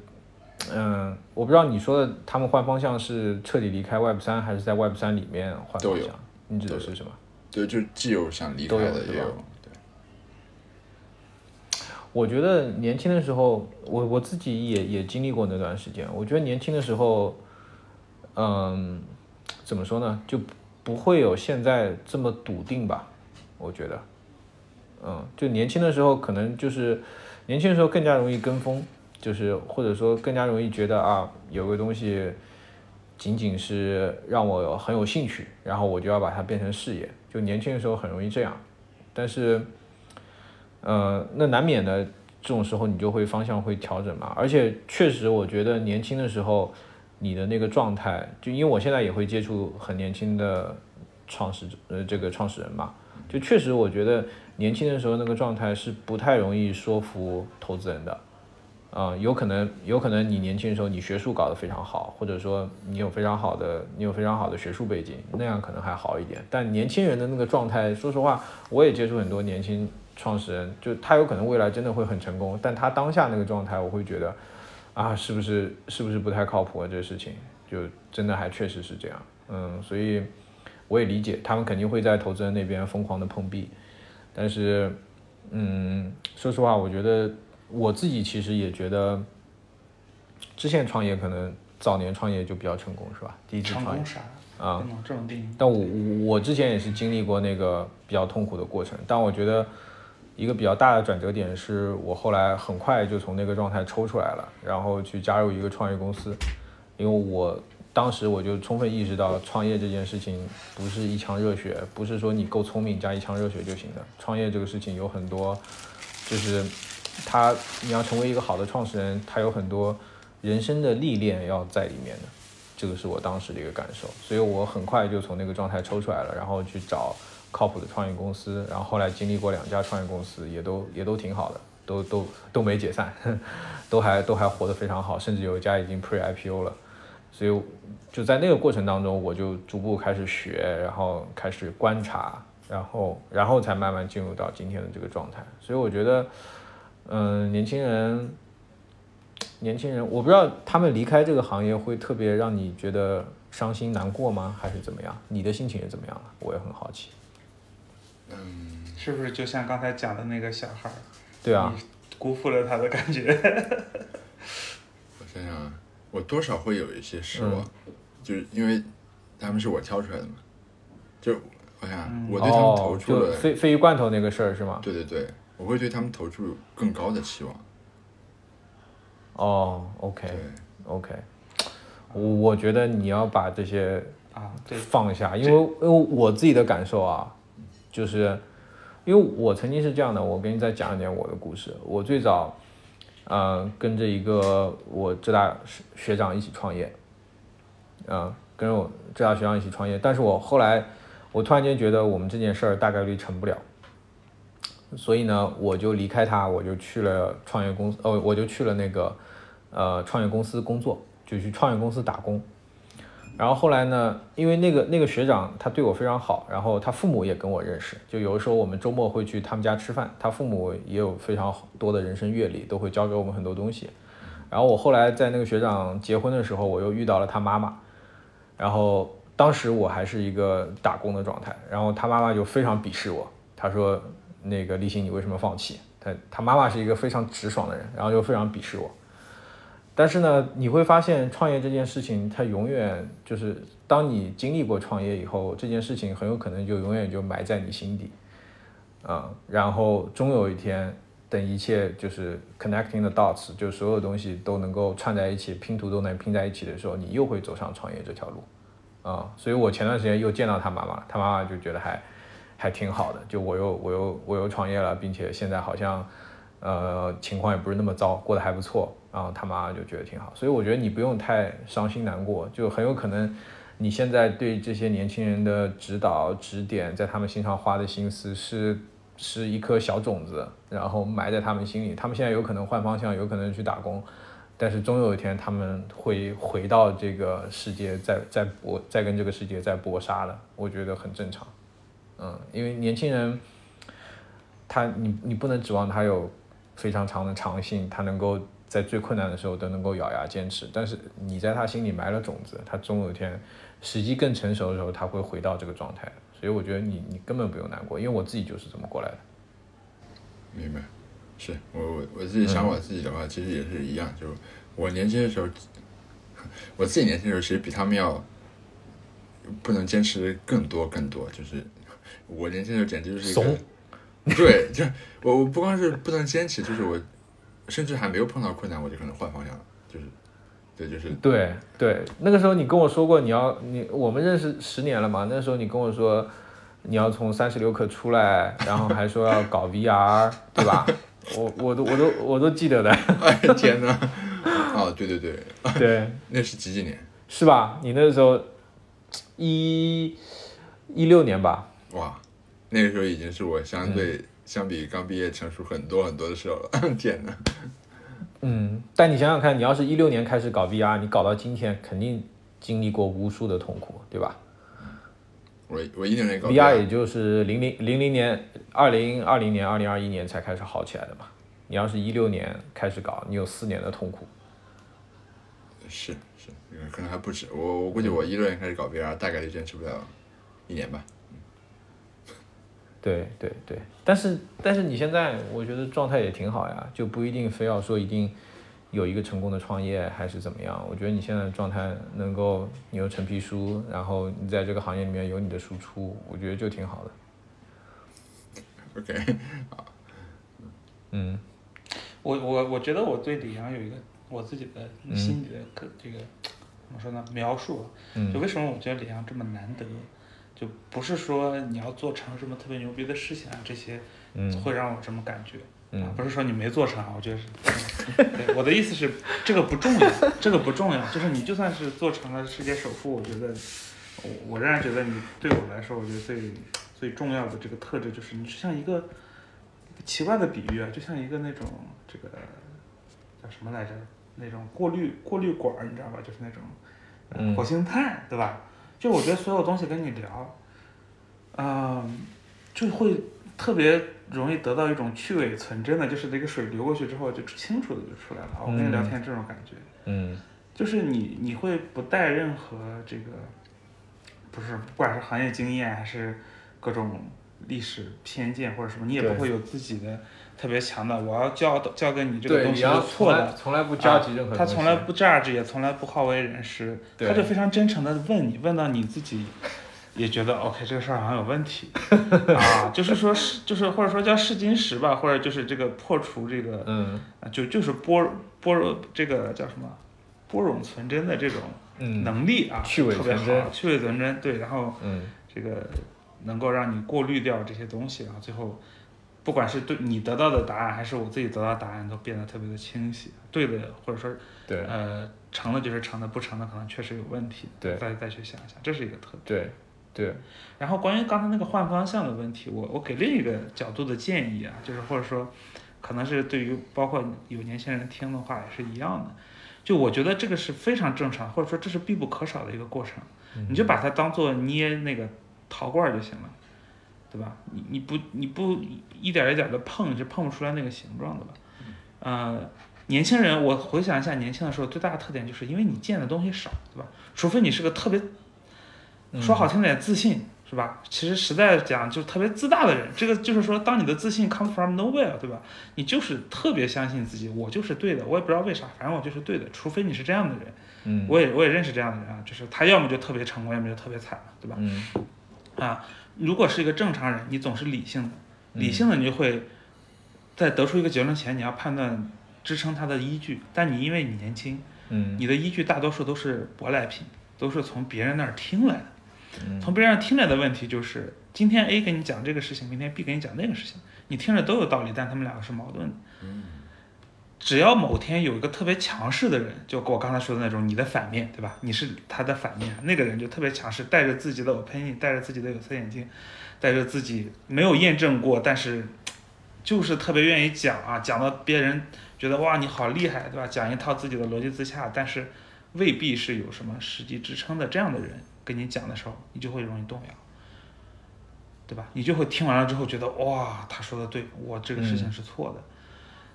嗯，我不知道你说的他们换方向是彻底离开 Web 三，还是在 Web 三里面换都方有向？你指的都是什么？对，就既有想离开都有的，是吧也有对，我觉得年轻的时候，我我自己也也经历过那段时间。我觉得年轻的时候，嗯，怎么说呢，就不会有现在这么笃定吧？我觉得，嗯，就年轻的时候可能就是年轻的时候更加容易跟风，就是或者说更加容易觉得啊，有个东西仅仅是让我有很有兴趣，然后我就要把它变成事业。就年轻的时候很容易这样，但是。呃，那难免的这种时候你就会方向会调整嘛。而且确实，我觉得年轻的时候你的那个状态，就因为我现在也会接触很年轻的创始者呃这个创始人嘛，就确实我觉得年轻的时候那个状态是不太容易说服投资人的。啊、有可能，有可能你年轻的时候你学术搞得非常好，或者说你有非常好的，你有非常好的学术背景，那样可能还好一点。但年轻人的那个状态，说实话，我也接触很多年轻创始人，就他有可能未来真的会很成功，但他当下那个状态，我会觉得，啊，是不是是不是不太靠谱啊？这个事情，就真的还确实是这样，嗯，所以我也理解他们肯定会在投资人那边疯狂的碰壁，但是，嗯，说实话，我觉得我自己其实也觉得，之前创业可能早年创业就比较成功，是吧？第一次成创业功啥？啊，不能这么定义。但我我之前也是经历过那个比较痛苦的过程，但我觉得一个比较大的转折点是我后来很快就从那个状态抽出来了，然后去加入一个创业公司，因为我当时我就充分意识到创业这件事情不是一腔热血，不是说你够聪明加一腔热血就行的，创业这个事情有很多就是他你要成为一个好的创始人，他有很多人生的历练要在里面的。这个是我当时的一个感受，所以我很快就从那个状态抽出来了，然后去找靠谱的创业公司，然后后来经历过两家创业公司，也都也都挺好的，都都都没解散， 都还都还活得非常好，甚至有一家已经 pre IPO 了，所以就在那个过程当中，我就逐步开始学，然后开始观察，然后然后才慢慢进入到今天的这个状态，所以我觉得，嗯、年轻人年轻人，我不知道他们离开这个行业会特别让你觉得伤心难过吗？还是怎么样？你的心情是怎么样了？我也很好奇。是不是就像刚才讲的那个小孩儿，对啊，辜负了他的感觉？我想想啊，我多少会有一些失嗯望，就是因为他们是我挑出来的嘛。就我想啊，我对他们投出嗯哦、了就，鲱鲱鱼罐头那个事儿是吗？对对对，我会对他们投出更高的期望。哦，OK 对， OK，我我觉得你要把这些啊，对，放下，因为因为我自己的感受啊，就是因为我曾经是这样的，我给你再讲一点我的故事。我最早，呃，跟着一个我浙大学学长一起创业，啊、跟着我浙大学长一起创业，但是我后来我突然间觉得我们这件事儿大概率成不了。所以呢，我就离开他，我就去了创业公司，哦，我就去了那个，呃，创业公司工作，就去创业公司打工。然后后来呢，因为那个那个学长他对我非常好，然后他父母也跟我认识，就有的时候我们周末会去他们家吃饭，他父母也有非常多的人生阅历，都会教给我们很多东西。然后我后来在那个学长结婚的时候，我又遇到了他妈妈，然后当时我还是一个打工的状态，然后他妈妈就非常鄙视我，他说那个立新你为什么放弃？他他妈妈是一个非常直爽的人，然后就非常鄙视我。但是呢，你会发现创业这件事情，它永远就是当你经历过创业以后，这件事情很有可能就永远就埋在你心底，啊、然后终有一天，等一切就是 connecting the dots，就所有东西都能够串在一起，拼图都能拼在一起的时候，你又会走上创业这条路，啊、所以我前段时间又见到他妈妈了，他妈妈就觉得还还挺好的，就我又我又我又创业了，并且现在好像。呃，情况也不是那么糟，过得还不错，然后他妈就觉得挺好，所以我觉得你不用太伤心难过，就很有可能你现在对这些年轻人的指导指点，在他们身上花的心思是是一颗小种子，然后埋在他们心里，他们现在有可能换方向，有可能去打工，但是终有一天他们会回到这个世界再，再搏，再跟这个世界再搏杀的，我觉得很正常，嗯，因为年轻人。他你你不能指望他有非常长的长性，他能够在最困难的时候都能够咬牙坚持。但是你在他心里埋了种子，他总有一天时机更成熟的时候，他会回到这个状态的。所以我觉得你你根本不用难过，因为我自己就是这么过来的。明白。是我我我自己想我自己的话，其实也是一样，就我年轻的时候，我自己年轻的时候，其实比他们要不能坚持更多更多，就是我年轻的时候简直就是一个怂。 对，就我我不光是不能坚持，就是我甚至还没有碰到困难，我就可能换方向了，就是对，就是对对，那个时候你跟我说过你要你我们认识十年了嘛，那时候你跟我说你要从三十六氪出来，然后还说要搞 VR，对吧？ 我我都我都我都记得的， 哎天哪！哦，对对对，对。那是几几年？是吧？你那时候一一六年吧？哇，那个时候已经是我相对、相比刚毕业成熟很多很多的时候了。 天哪！嗯，但你想想看，你要是一六年开始搞 VR，你搞到今天，肯定经历过无数的痛苦，对吧我我一六年搞 VR 也就是零零零零年、二零二零年、二零二一年才开始好起来的嘛。你要是一六年开始搞，你有四年的痛苦。是是，可能还不止。我我估计我一六年开始搞 VR，大概率坚持不了一年吧。对对对，但是但是你现在我觉得状态也挺好呀，就不一定非要说一定有一个成功的创业还是怎么样。我觉得你现在的状态能够你有成批书，然后你在这个行业里面有你的输出，我觉得就挺好的。 OK，嗯我我我觉得我对李阳有一个我自己的心里的个、这个怎么说呢描述啊，就嗯为什么我觉得李阳这么难得，就不是说你要做成什么特别牛逼的事情啊，这些嗯会让我这么感觉。啊嗯，不是说你没做成啊，我觉得是，对我的意思是，这个不重要，这个不重要，就是你就算是做成了世界首富，我觉得，我我仍然觉得你对我来说，我觉得最最重要的这个特质就是，你就像一个一个奇怪的比喻啊，就像一个那种这个叫什么来着，那种过滤过滤管儿，你知道吧？就是那种嗯火星探，对吧？就我觉得所有东西跟你聊，嗯，就会特别容易得到一种去伪存真的，就是这个水流过去之后就清楚的就出来了。我跟你聊天这种感觉，嗯就是你你会不带任何这个，不是不管是行业经验还是各种历史偏见或者什么，你也对不会有自己的特别强的我要教教给你这个对，东你西是要从错的来，从来不啊加急任何东西，他从来不 judge，也从来不好为人师，对他就非常真诚的问你，问到你自己也觉得 OK 这个事儿好像有问题啊，就是说是就是或者说叫试金石吧，或者就是这个破除这个嗯啊就就是包包容这个叫什么包容存真的这种嗯能力啊，去伪特别存真好，去伪存真对，然后嗯这个能够让你过滤掉这些东西，然后最后，不管是对你得到的答案，还是我自己得到的答案，都变得特别的清晰。对的，或者说对呃成的就是成的，不成的可能确实有问题。对再再去想一想，这是一个特点。对对然后关于刚才那个换方向的问题，我我给另一个角度的建议啊，就是或者说，可能是对于包括有年轻人听的话也是一样的。就我觉得这个是非常正常，或者说这是必不可少的一个过程。嗯你就把它当做捏那个陶罐儿就行了，对吧？你你不你不一点儿一点的碰，是碰不出来那个形状的吧？呃，年轻人，我回想一下年轻的时候最大的特点就是因为你见的东西少，对吧？除非你是个特别嗯说好听点自信是吧？其实实在讲就是特别自大的人，这个就是说，当你的自信 come from nowhere，对吧？你就是特别相信自己，我就是对的，我也不知道为啥，反正我就是对的。除非你是这样的人，嗯我也我也认识这样的人啊，就是他要么就特别成功，要么就特别惨，对吧？嗯啊，如果是一个正常人，你总是理性的，嗯理性的你就会在得出一个结论前，你要判断支撑它的依据。但你因为你年轻，嗯你的依据大多数都是舶来品，都是从别人那儿听来的。嗯从别人那儿听来的问题就是，今天 A 给你讲这个事情，明天 B 给你讲那个事情，你听着都有道理，但他们两个是矛盾的。嗯只要某天有一个特别强势的人，就我刚才说的那种，你的反面对吧？你是他的反面，那个人就特别强势，带着自己的 opinion，带着自己的有色眼镜，带着自己没有验证过，但是就是特别愿意讲啊，讲到别人觉得哇你好厉害，对吧？讲一套自己的逻辑自洽，但是未必是有什么实际支撑的这样的人跟你讲的时候，你就会容易动摇，对吧？你就会听完了之后觉得哇，他说的对，我这个事情嗯是错的。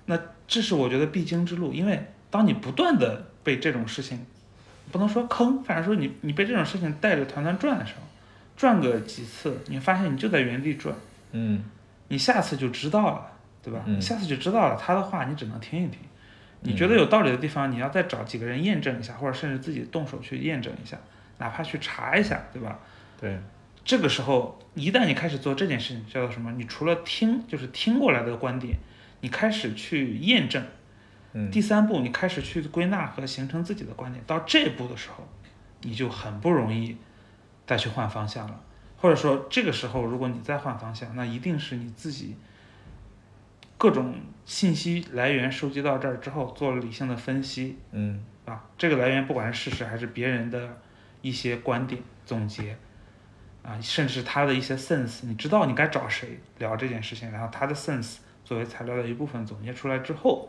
那这是我觉得必经之路，因为当你不断的被这种事情，不能说坑，反正说你你被这种事情带着团团转的时候，转个几次，你发现你就在原地转，嗯你下次就知道了，对吧？嗯你下次就知道了，他的话你只能听一听。你嗯觉得有道理的地方，你要再找几个人验证一下，或者甚至自己动手去验证一下，哪怕去查一下，对吧？对这个时候，一旦你开始做这件事情，叫做什么？你除了听，就是听过来的观点，你开始去验证。嗯第三步，你开始去归纳和形成自己的观点。到这一步的时候，你就很不容易再去换方向了。或者说，这个时候如果你再换方向，那一定是你自己各种信息来源收集到这儿之后，做了理性的分析嗯啊。这个来源不管是事实还是别人的一些观点总结啊，甚至是他的一些 sense，你知道你该找谁聊这件事情，然后他的 sense 作为材料的一部分总结出来之后，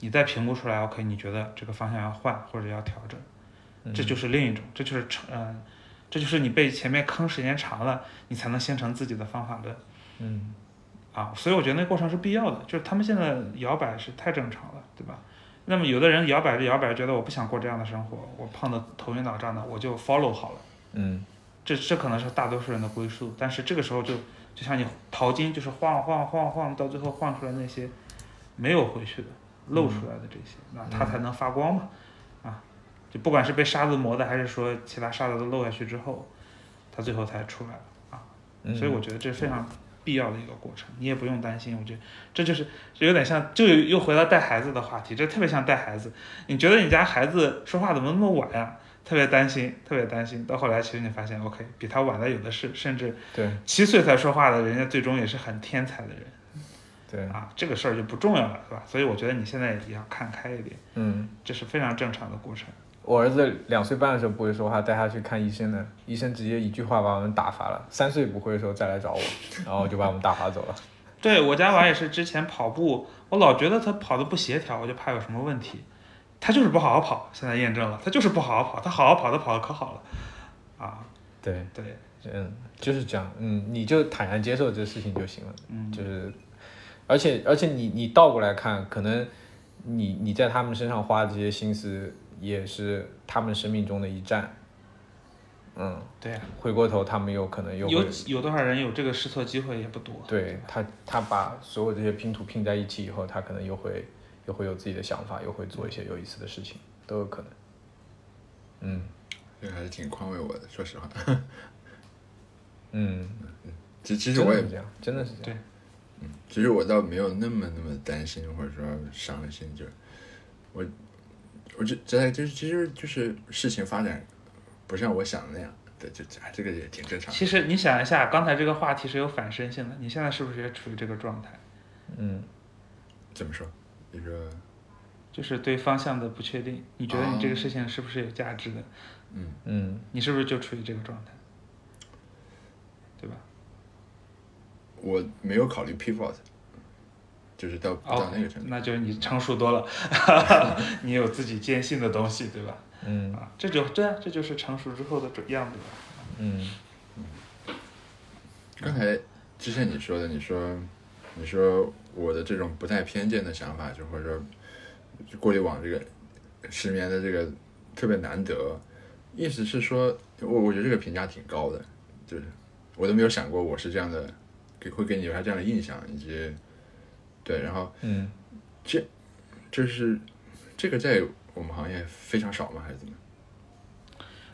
你再评估出来，OK，你觉得这个方向要换或者要调整。嗯这就是另一种，这就是成，嗯、这就是你被前面坑时间长了，你才能形成自己的方法论嗯啊。所以我觉得那过程是必要的，就是他们现在摇摆是太正常了，对吧？那么有的人摇摆着摇摆着，觉得我不想过这样的生活，我胖的头晕脑胀的，我就 follow 好了。嗯这这可能是大多数人的归宿，但是这个时候就就像你淘金，就是晃晃晃晃，到最后晃出来那些没有回去的、露出来的这些，那它才能发光嘛，啊，就不管是被沙子磨的，还是说其他沙子都漏下去之后，它最后才出来了啊，嗯，所以我觉得这是非常必要的一个过程，你也不用担心，我觉得这就是这有点像，就又回到带孩子的话题，这特别像带孩子，你觉得你家孩子说话怎么那么晚呀、特别担心，特别担心。到后来，其实你发现，OK，比他晚的有的是，甚至对七岁才说话的人家，最终也是很天才的人对，啊。这个事儿就不重要了，对吧？所以我觉得你现在也要看开一点，嗯。这是非常正常的过程。我儿子两岁半的时候不会说话，带他去看医生的，医生直接一句话把我们打发了。三岁不会的时候再来找我，然后就把我们打发走了。对我家娃也是，之前跑步，我老觉得他跑的不协调，我就怕有什么问题。他就是不好好跑，现在验证了，他就是不好好跑，他好好跑，他跑的可好了，啊，对，对，嗯，就是这样，嗯，你就坦然接受这事情就行了，嗯，就是，而且而且你你倒过来看，可能你你在他们身上花的这些心思，也是他们生命中的一站。嗯，对啊，回过头他们有可能又有会。有多少人有这个试错机会也不多，对他，他把所有这些拼图拼在一起以后，他可能又会又会有自己的想法，又会做一些有意思的事情，都有可能。嗯这个还是挺宽慰我的，说实话。嗯，其其其实我也这样，真的是这样。其实我倒没有那么那么担心，或者说伤心，就我我就这就是其实就是事情发展不像我想的那样，对，就哎这这个也挺正常其的。实你想一下，刚才这个话题是有反身性的，你现在是不是也处于这个状态？嗯，怎么说？你说，就是对方向的不确定，你觉得哦你这个事情是不是有价值的？嗯，嗯你是不是就处于这个状态？对吧？我没有考虑 pivot，就是到到哦那个程，度。那就是你成熟多了，你有自己坚信的东西，对吧？嗯啊，这就对啊，这就是成熟之后的准样子吧。嗯刚才之前你说的，你说你说我的这种不带偏见的想法，就或者说就过滤网这个失眠的这个特别难得，意思是说我我觉得这个评价挺高的，就是我都没有想过我是这样的，给会给你留下这样的印象，以及对，然后嗯，就是这个在我们行业非常少吗？还是怎么？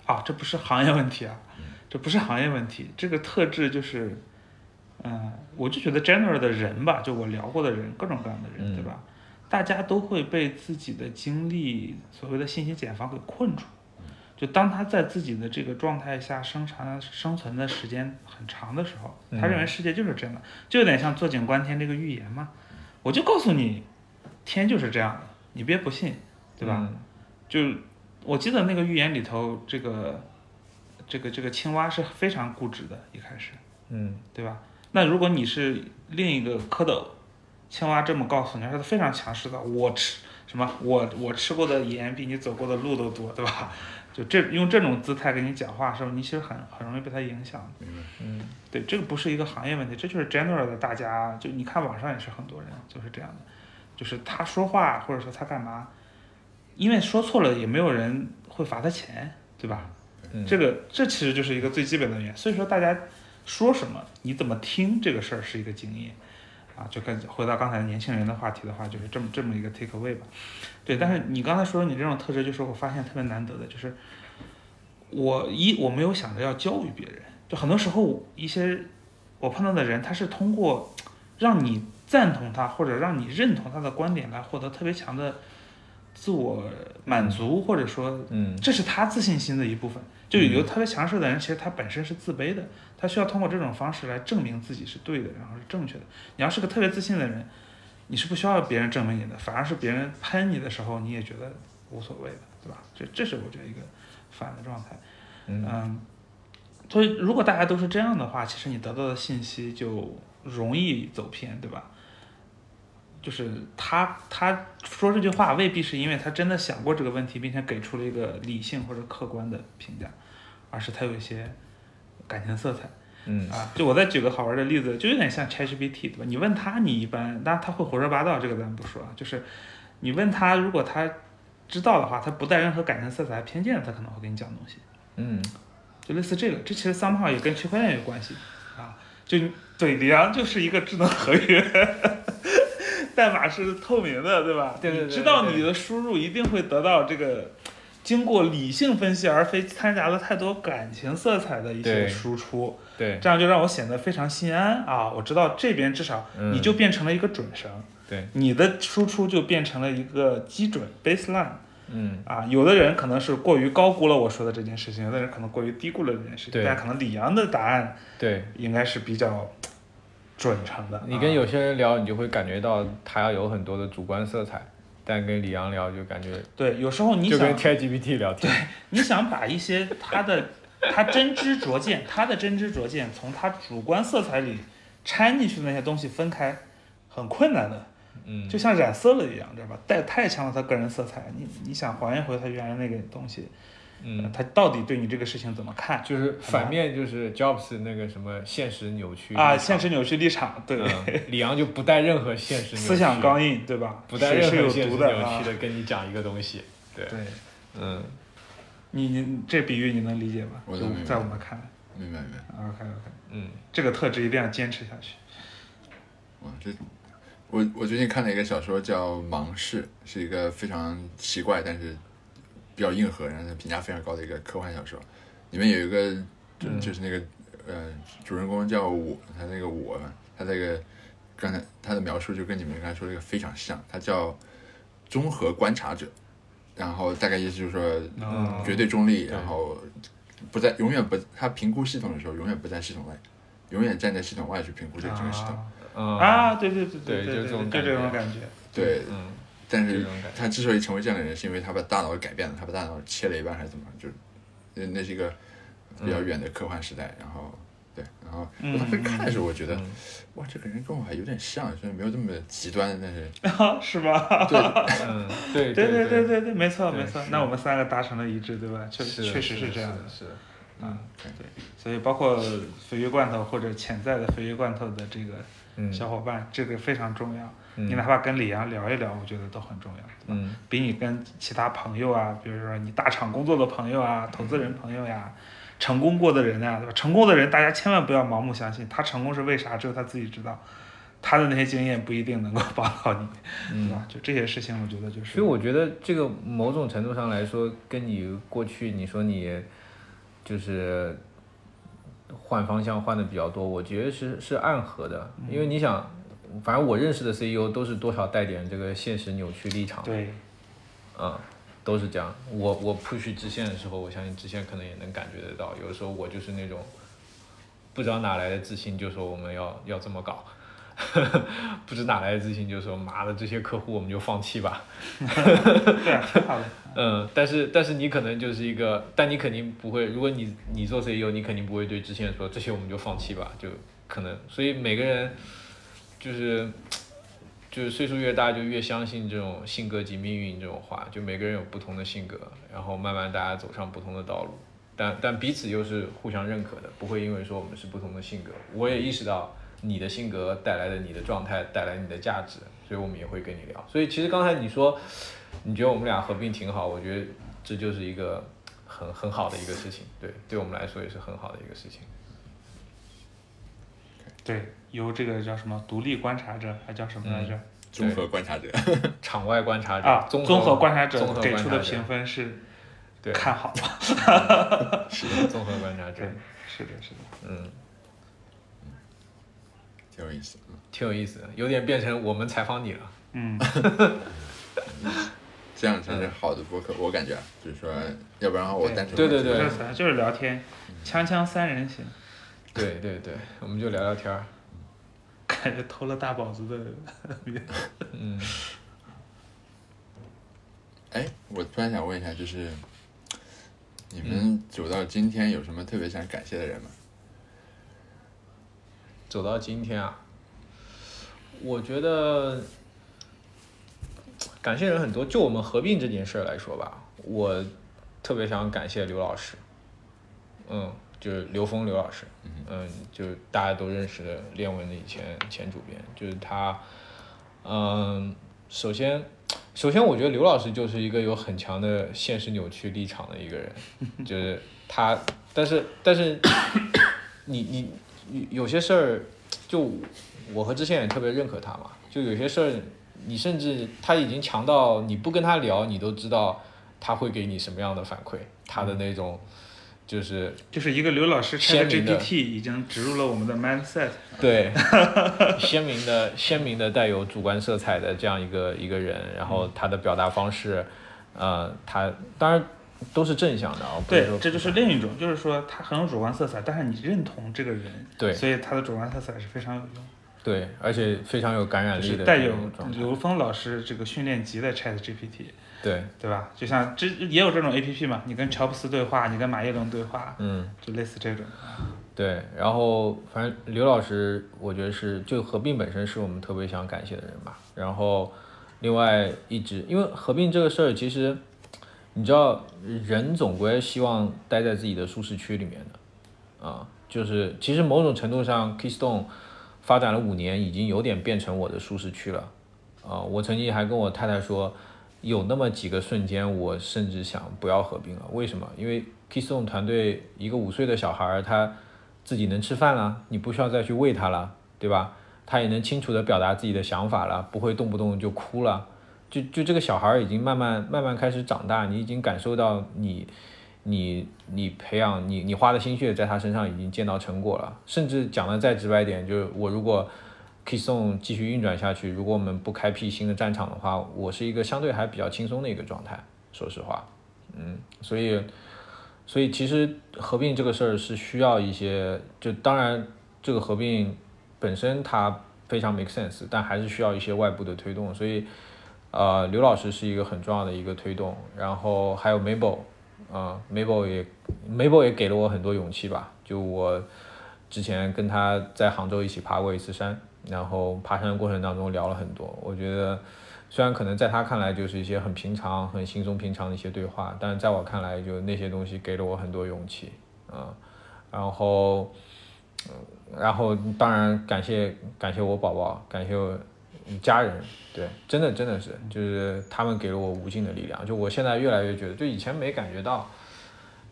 啊，这不是行业问题啊，这不是行业问题，这个特质就是，嗯、我就觉得 general 的人吧，就我聊过的人，各种各样的嗯人，对吧？大家都会被自己的经历，所谓的信息茧房给困住。就当他在自己的这个状态下生长生存的时间很长的时候，他认为世界就是这样的，就有点像坐井观天这个预言嘛。我就告诉你，天就是这样的，你别不信，对吧？就我记得那个寓言里头，这个这个这个青蛙是非常固执的，一开始，嗯？对吧？那如果你是另一个蝌蚪，青蛙这么告诉你，它是非常强势的，我吃什么，我我吃过的盐比你走过的路都多，对吧？就这用这种姿态跟你讲话的时候，你其实很很容易被它影响。明白？嗯嗯对，这个不是一个行业问题，这就是 general 的，大家就你看网上也是很多人就是这样的，就是他说话或者说他干嘛，因为说错了也没有人会罚他钱，对吧？嗯这个这其实就是一个最基本的原因，所以说大家说什么，你怎么听这个事儿是一个经验。啊，就跟回到刚才年轻人的话题的话，就是这么这么一个 take away 吧。对，但是你刚才说你这种特质，就是我发现特别难得的，就是我一我没有想着要教育别人，就很多时候一些我碰到的人，他是通过让你赞同他或者让你认同他的观点来获得特别强的自我满足，或者说嗯这是他自信心的一部分。就有特别强势的人，其实他本身是自卑的，他需要通过这种方式来证明自己是对的，然后是正确的。你要是个特别自信的人，你是不需要别人证明你的，反而是别人喷你的时候，你也觉得无所谓的，对吧？这这是我觉得一个反的状态。嗯嗯，所以如果大家都是这样的话，其实你得到的信息就容易走偏，对吧？就是他他说这句话未必是因为他真的想过这个问题，并且给出了一个理性或者客观的评价，而是他有一些感情色彩嗯啊。就我再举个好玩的例子，就有点像 ChatGPT 对吧？你问他，你一般，那他会胡说八道，这个咱不说啊，就是你问他，如果他知道的话，他不带任何感情色彩、偏见，他可能会跟你讲东西，嗯，就类似这个。这其实 somehow 也跟区块链有关系啊。就对，李阳就是一个智能合约，代码是透明的，对吧？对对对你知道对你的输入一定会得到这个经过理性分析而非掺杂了太多感情色彩的一些对输出，对这样就让我显得非常心安啊！我知道这边至少嗯你就变成了一个准绳，对，你的输出就变成了一个基准 baseline 嗯，啊。有的人可能是过于高估了我说的这件事情，有的人可能过于低估了这件事情，对但可能李阳的答案对应该是比较准成的。你跟啊有些人聊，你就会感觉到他要有很多的主观色彩，但跟李阳聊就感觉对，有时候你就跟想 ChatGPT 聊天，你想把一些他的他真知灼见，他的真知灼见从他主观色彩里掺进去的那些东西分开，很困难的，嗯，就像染色了一样，知道吧？带太强了他个人色彩，你你想还原回他原来那个东西，嗯，他到底对你这个事情怎么看就是反面就是 Jobs 那个什么现实扭曲啊？立场现实扭曲立场，对，嗯，李阳就不带任何现实扭曲思想刚硬，对吧？不带水任是有何现实毒扭啊曲。的跟你讲一个东西，对，对，嗯，你你这比喻你能理解吧？我就能明白在我们看来明白明白。 ，OK OK，嗯，这个特质一定要坚持下去。哇，啊这我我最近看了一个小说叫《盲市》，是一个非常奇怪但是比较硬核，然后评价非常高的一个科幻小说。里面有一个就就是那个、呃主人公叫我，他那个我，他这个刚才他的描述就跟你们刚才说这个非常像，他叫综合观察者，然后大概意思就是说嗯绝对中立，对然后不在永远不他评估系统的时候永远不在系统内，永远站在系统外去评估这个这个系统。嗯，啊，对对对对对就对，这种就感这觉种感觉。对，嗯，但这是种感觉，他之所以成为这样的人，是因为他把大脑给改变了，他把大脑切了一半还是怎么，就是那那是一个比嗯较远的科幻时代。然后对，然后嗯我当时看的时候，我觉得、嗯哇，这个人跟我还有点像，虽然没有这么极端，但是 是吧？对，嗯，啊对对对对对对，没错对没错是。那我们三个达成了一致，对吧？确是确实是这样的。是，嗯，对对。所以包括鲱鱼罐头或者潜在的鲱鱼罐头的这个嗯，小伙伴，这个非常重要。嗯你哪怕跟李阳聊一聊，我觉得都很重要，对吧？嗯比你跟其他朋友啊，比如说你大厂工作的朋友啊、投资人朋友呀、成功过的人呀、对吧？成功的人，大家千万不要盲目相信，他成功是为啥，只有他自己知道。他的那些经验不一定能够帮到你，对嗯。吧？就这些事情，我觉得就是。所以我觉得这个某种程度上来说，跟你过去你说你就是换方向换的比较多，我觉得是是暗合的，因为你想，反正我认识的 CEO 都是多少带点这个现实扭曲立场，对，啊、都是这样。我我 push 支线的时候，我相信支线可能也能感觉得到，有的时候我就是那种不知道哪来的自信，就说我们要要这么搞。 不知哪来的自信，就说妈的这些客户我们就放弃吧，对啊，挺好的。嗯，但是但是你可能就是一个，但你肯定不会，如果你你做 CEO，你肯定不会对之前说这些我们就放弃吧，就可能，所以每个人就是就是岁数越大就越相信这种性格及命运这种话，就每个人有不同的性格，然后慢慢大家走上不同的道路，但但彼此又是互相认可的，不会因为说我们是不同的性格，我也意识到你的性格带来的你的状态带来你的价值，所以我们也会跟你聊，所以其实刚才你说。你觉得我们俩合并挺好，我觉得这就是一个很很好的一个事情，对，对我们来说也是很好的一个事情。对，由这个叫什么独立观察者，还叫什么来着？综合观察者，场外观察者啊，嗯综合观察综合给观出察的者评分是对，看好吗？是的综合观察者对，，是的，是的。嗯，挺有意思。嗯挺有意思的，有点变成我们采访你了，嗯，这样才是好的播客，我感觉啊，就是说，要不然的话我单纯嗯对对会觉对得这反正就是聊天，锵锵三人行，对对对，我们就聊聊天儿，感觉偷了大宝子的。嗯哎，我突然想问一下，就是你嗯们走到今天有什么特别想感谢的人吗？走到今天啊，我觉得感谢人很多。就我们合并这件事儿来说吧，我特别想感谢刘老师，嗯，就是刘峰刘老师，嗯，就是大家都认识的练文的以前前主编，就是他，嗯，首先首先，我觉得刘老师就是一个有很强的现实扭曲立场的一个人，就是他，但是但是 你你你有些事儿，就我和知县也特别认可他嘛，就有些事儿，你甚至他已经强到你不跟他聊，你都知道他会给你什么样的反馈，他的那种 就是就是一个刘老师鲜明的 ChatGPT 已经植入了我们的 mindset，对，鲜明的、鲜明的带有主观色彩的这样一个一个人，然嗯后他的表达方式，呃，他当然都是正向的啊，不对说，这就是另一种，就是说他很有主观色彩，但是你认同这个人，对所以他的主观色彩是非常有用，对，而且非常有感染就力是的带这有种状态刘峰老师这个训练集的 Chat GPT，对，对吧？就像这也有这种 APP 嘛，你跟乔布斯对话，你跟马跃龙对话，嗯。就类似这种。对，然后反正刘老师，我觉得是就合并本身是我们特别想感谢的人吧。然后另外一直因为合并这个事儿，其实你知道，人总归希望待在自己的舒适区里面的啊，就是其实某种程度上，Keystone 发展了五年，已经有点变成我的舒适区了啊。我曾经还跟我太太说。有那么几个瞬间，我甚至想不要合并了。为什么？因为 Keystone 团队一个五岁的小孩儿，他自己能吃饭了，你不需要再去喂他了，对吧？他也能清楚地表达自己的想法了，不会动不动就哭了。就就这个小孩儿已经慢慢慢慢开始长大，你已经感受到你你你培养你你花的心血在他身上已经见到成果了。甚至讲的再直白一点，就是我如果 Keystone 继续运转下去，如果我们不开辟新的战场的话，我是一个相对还比较轻松的一个状态，说实话，嗯，所以。所以其实合并这个事儿是需要一些，就当然这个合并本身它非常 make sense，但还是需要一些外部的推动。所以，呃，刘老师是一个很重要的一个推动，然后还有 Mabel，啊、m a b e l 也 Mabel 也给了我很多勇气吧。就我之前跟他在杭州一起爬过一次山，然后爬山的过程当中聊了很多，我觉得。虽然可能在他看来就是一些很平常、很稀松平常的一些对话，但是在我看来，就那些东西给了我很多勇气啊、然后，嗯然后当然感谢感谢我宝宝，感谢我家人，对，真的真的是，就是他们给了我无尽的力量。就我现在越来越觉得，就以前没感觉到，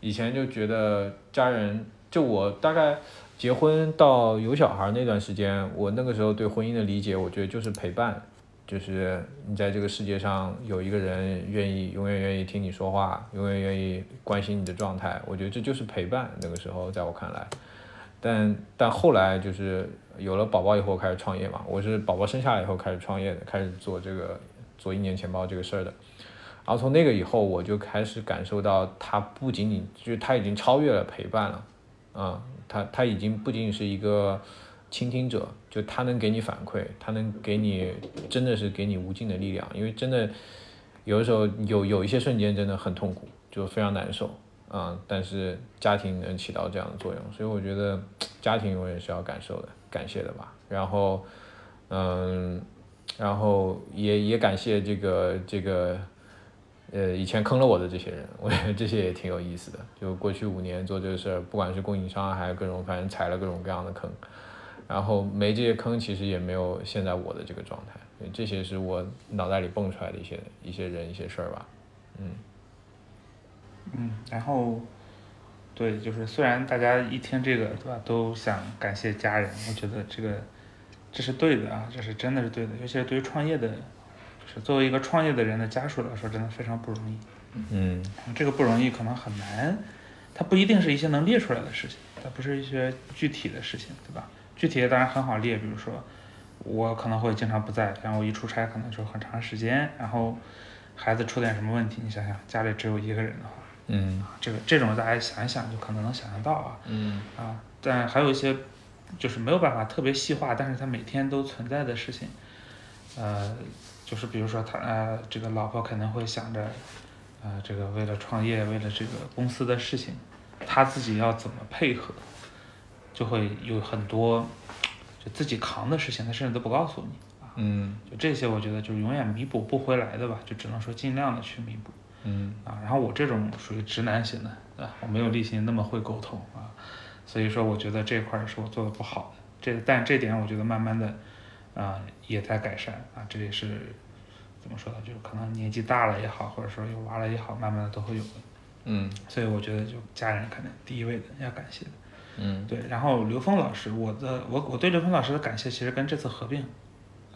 以前就觉得家人，就我大概结婚到有小孩那段时间，我那个时候对婚姻的理解，我觉得就是陪伴。就是你在这个世界上有一个人愿意永远愿意听你说话，永远愿意关心你的状态，我觉得这就是陪伴。那个时候在我看来，但但后来就是有了宝宝以后开始创业嘛，我是宝宝生下来以后开始创业的，开始做这个做一年钱包这个事儿的。然后从那个以后，我就开始感受到，它不仅仅就是它已经超越了陪伴了，啊、它它已经不仅仅是一个倾听者，就它能给你反馈，它能给你真的是给你无尽的力量，因为真的有的时候有有一些瞬间真的很痛苦，就非常难受啊、但是家庭能起到这样的作用，所以我觉得家庭我也是要感受的，感谢的吧。然后，嗯，然后也也感谢这个这个。呃，以前坑了我的这些人，我觉得这些也挺有意思的。就过去五年做这个事儿，不管是供应商啊还是各种，反正踩了各种各样的坑。然后没这些坑，其实也没有现在我的这个状态。对这些是我脑袋里蹦出来的一些一些人一些事儿吧。嗯，然后，对，就是虽然大家一听这个，对吧，都想感谢家人，我觉得这个这是对的啊，这是真的是对的，尤其是对于创业的，就是作为一个创业的人的家属来说，真的非常不容易。嗯，这个不容易可能很难，它不一定是一些能列出来的事情，它不是一些具体的事情，对吧？具体的当然很好列，比如说我可能会经常不在，然后我一出差可能就很长时间，然后孩子出点什么问题，你想想家里只有一个人的话，嗯这个这种大家想一想就可能能想象到啊嗯啊，但还有一些就是没有办法特别细化，但是它每天都存在的事情，呃，就是比如说他呃这个老婆可能会想着，呃这个为了创业，为了这个公司的事情，他自己要怎么配合，就会有很多就自己扛的事情，他甚至都不告诉你啊，嗯就这些我觉得就是永远弥补不回来的吧，就只能说尽量的去弥补。嗯啊，然后我这种属于直男型的，啊，我没有立新那么会沟通啊，所以说我觉得这块儿是我做的不好的，这但这点我觉得慢慢的，啊、也在改善啊，这也是怎么说呢，就是可能年纪大了也好，或者说有娃了也好，慢慢的都会有的。嗯所以我觉得就家人肯定第一位的要感谢的。嗯对，然后刘峰老师，我的我我对刘峰老师的感谢其实跟这次合并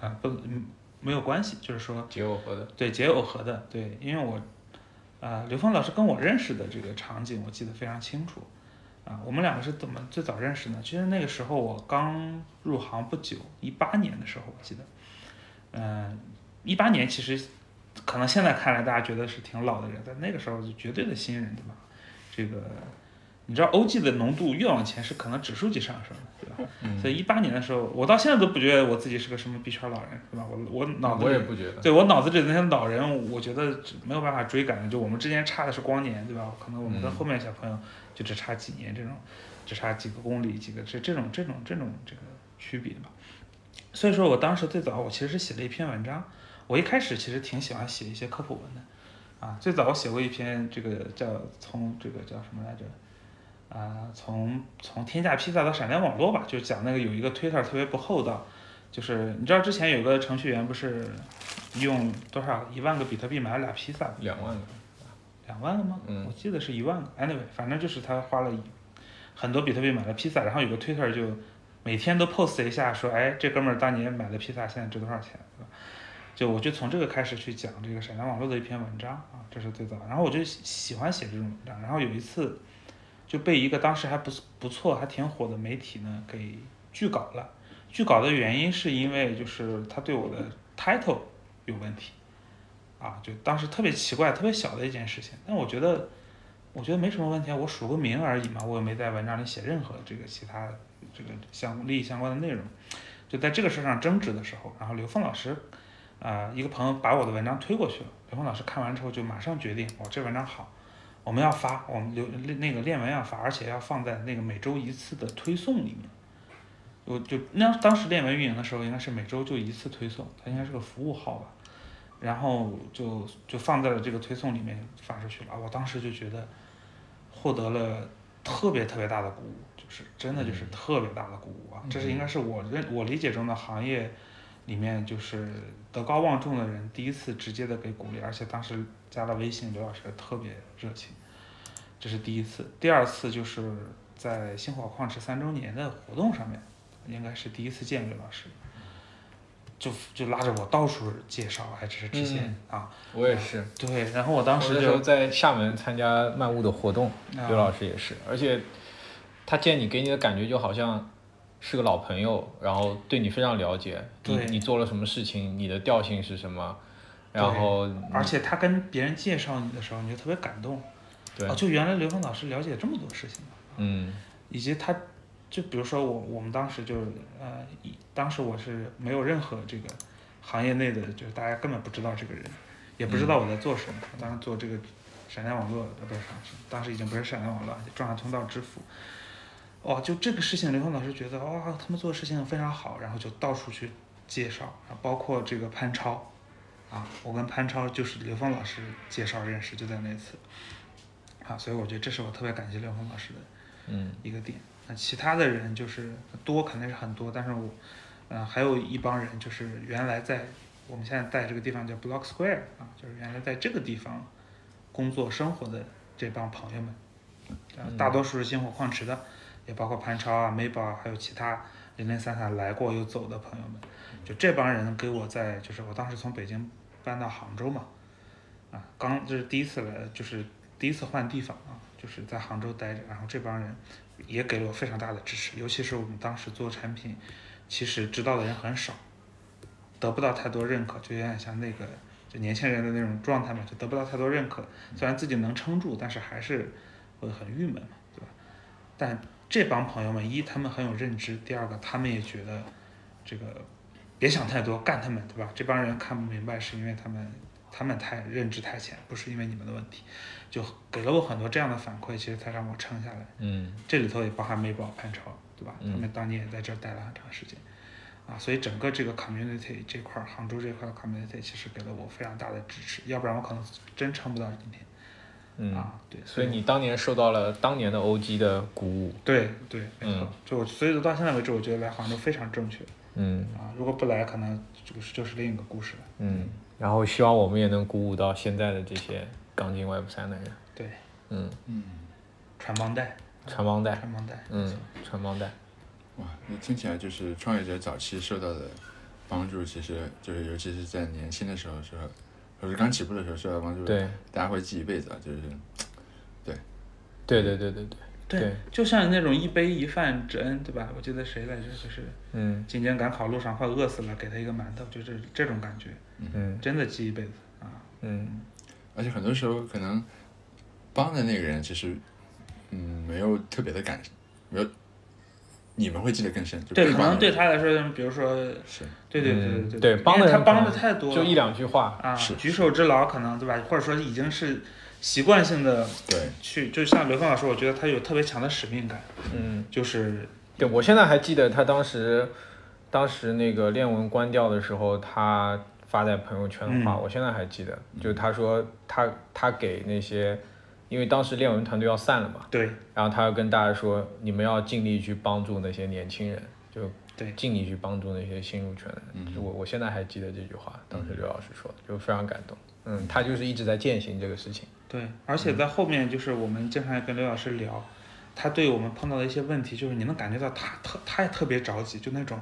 啊不嗯没有关系，就是说结果合的，对，解耦合的，对，因为我，啊、刘峰老师跟我认识的这个场景，我记得非常清楚，啊、我们两个是怎么最早认识呢？其实那个时候我刚入行不久，一八年的时候我记得，嗯、一八年其实可能现在看来大家觉得是挺老的人，但那个时候是绝对的新人，对吧？这个你知道 OG 的浓度越往前是可能指数级上升的，对吧？嗯所以一八年的时候，我到现在都不觉得我自己是个什么币圈老人，对吧？我我脑子我里也不觉得，啊对我脑子里的那些老人，我觉得没有办法追赶的，就我们之间差的是光年，对吧？可能我们跟嗯后面小朋友就只差几年这种，只差几个公里，几个这这种这种这种这个区别吧。所以说我当时最早我其实是写了一篇文章，我一开始其实挺喜欢写一些科普文的，啊，最早我写过一篇这个叫从这个叫什么来着？啊，从从天价披萨到闪亮网络吧，就讲那个有一个 Twitter 特别不厚道，就是你知道之前有个程序员不是用多少一万个比特币买了俩披萨吗，两万个，两万个吗？嗯我记得是一万个。Anyway，反正就是他花了一很多比特币买了披萨，然后有个 Twitter 就每天都 post 一下说，哎，这哥们儿当年买的披萨现在值多少钱，对吧？就我就从这个开始去讲这个闪亮网络的一篇文章啊，这是最早。然后我就喜喜欢写这种文章，然后有一次就被一个当时还不不错、还挺火的媒体呢给拒稿了。拒稿的原因是因为就是他对我的 title 有问题。啊，就当时特别奇怪、特别小的一件事情，但我觉得，我觉得没什么问题啊，我署个名而已嘛，我也没在文章里写任何这个其他这个相利益相关的内容。就在这个事儿上争执的时候，然后刘峰老师，啊、一个朋友把我的文章推过去了，刘峰老师看完之后就马上决定，我这文章好，我们要发，我们留那个练文要发，而且要放在那个每周一次的推送里面。我就那当时练文运营的时候，应该是每周就一次推送，它应该是个服务号吧。然后就就放在了这个推送里面发出去了。啊我当时就觉得获得了特别特别大的鼓舞，就是真的就是特别大的鼓舞啊！这是应该是我认我理解中的行业里面就是德高望重的人第一次直接的给鼓励，而且当时加了微信，刘老师特别热情，这是第一次。第二次就是在星火矿池三周年的活动上面，应该是第一次见刘老师。就就拉着我到处介绍，还只是之前、啊，我也是，对，然后我当我时那就时候在厦门参加漫雾的活动，啊刘老师也是，而且他见你给你的感觉就好像是个老朋友，然后对你非常了解，你对你做了什么事情，你的调性是什么，然对哦后而且他跟别人介绍你的时候，你就特别感动。对哦，，就原来刘峰老师了解这么多事情啊，嗯以及他，就比如说我我们当时就是呃，一当时我是没有任何这个行业内的，就是大家根本不知道这个人，也不知道我在做什么。我当时做这个闪电网络，呃不是闪，当时已经不是闪电网络，转向通道支付。哦，就这个事情，刘峰老师觉得哇、他们做的事情非常好，然后就到处去介绍，然后包括这个潘超，啊，我跟潘超就是刘峰老师介绍认识，就在那次，啊，所以我觉得这是我特别感谢刘峰老师的嗯一个点。那其他的人就是多肯定是很多，但是我，呃，还有一帮人就是原来在我们现在在这个地方叫 Block Square 啊，就是原来在这个地方工作生活的这帮朋友们，啊，大多数是星火矿池的，也包括潘超啊、美宝啊，还有其他零零散散来过又走的朋友们，就这帮人给我在就是我当时从北京搬到杭州嘛，啊，刚这是第一次来，就是第一次换地方啊，就是在杭州待着，然后这帮人也给了我非常大的支持，尤其是我们当时做产品，其实知道的人很少，得不到太多认可，就有点像那个就年轻人的那种状态嘛，就得不到太多认可。虽然自己能撑住，但是还是会很郁闷嘛，对吧？但这帮朋友们，一他们很有认知，第二个他们也觉得这个别想太多，干他们，对吧？这帮人看不明白，是因为他们他们太认知太浅，不是因为你们的问题，就给了我很多这样的反馈，其实才让我撑下来。嗯这里头也包含美宝、潘超，对吧？嗯他们当年也在这儿待了很长时间，啊，所以整个这个 community 这块儿，杭州这块儿的 community 其实给了我非常大的支持，要不然我可能真撑不到今天、嗯，啊。对，所以你当年受到了当年的 OG 的鼓舞，对对，没错，嗯就我所以说到现在为止，我觉得来杭州非常正确嗯啊。如果不来，可能这个是就是另一个故事了。嗯，然后希望我们也能鼓舞到现在的这些刚进 Web 三的人，对，嗯，嗯，传帮带，传帮带，传帮带，嗯，传帮带，哇，那听起来就是创业者早期受到的帮助，其实就是尤其是在年轻的时候是，或者刚起步的时候受到帮助，对，大家会记一辈子啊，就是对对对对对，对对就像那种一杯一饭之恩，对吧？我记得谁来着，就是嗯今天赶考路上快饿死了，给他一个馒头，就是这种感觉，嗯真的记一辈子啊。嗯，而且很多时候可能帮的那个人其实，嗯，没有特别的感，没有，你们会记得更深，就对，被可帮能的对人他来说，比如说，是，对对对对嗯对帮因的为人他帮可的能太多了，就一两句话，啊是，举手之劳可能对吧？或者说已经是习惯性的对，去，就像刘峰老师，我觉得他有特别强的使命感，嗯。就是对，我现在还记得他当时，当时那个链文关掉的时候，他发在朋友圈的话，嗯我现在还记得，就他说他他给那些，因为当时链文团队要散了嘛，对然后他要跟大家说，你们要尽力去帮助那些年轻人，就对尽力去帮助那些新入圈的人。嗯就我我现在还记得这句话，当时刘老师说的，就非常感动。嗯，他就是一直在践行这个事情。对，而且在后面就是我们经常也跟刘老师聊，他对我们碰到的一些问题，就是你能感觉到他特他也特别着急，就那种，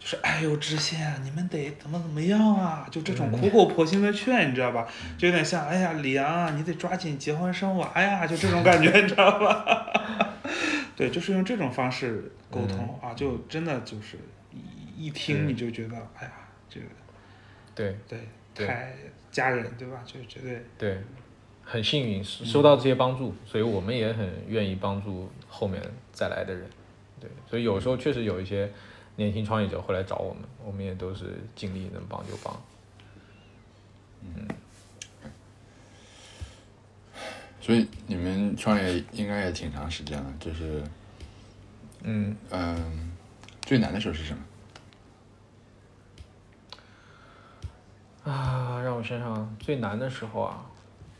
就是哎呦知县啊，你们得怎么怎么样啊，就这种苦口婆心的劝，你知道吧？就有点像哎呀李阳啊，你得抓紧结婚生娃呀，就这种感觉，你知道吧？ 对，就是用这种方式沟通、啊，就真的就是一一听嗯你就觉得、哎呀，这个对对对太家人对吧？就绝对。对，很幸运收收到这些帮助，所以我们也很愿意帮助后面再来的人。对，所以有时候确实有一些年轻创业者会来找我们，我们也都是尽力能帮就帮。所以你们创业应该也挺长时间了，就是嗯，嗯，最难的时候是什么？啊，让我想想最难的时候啊，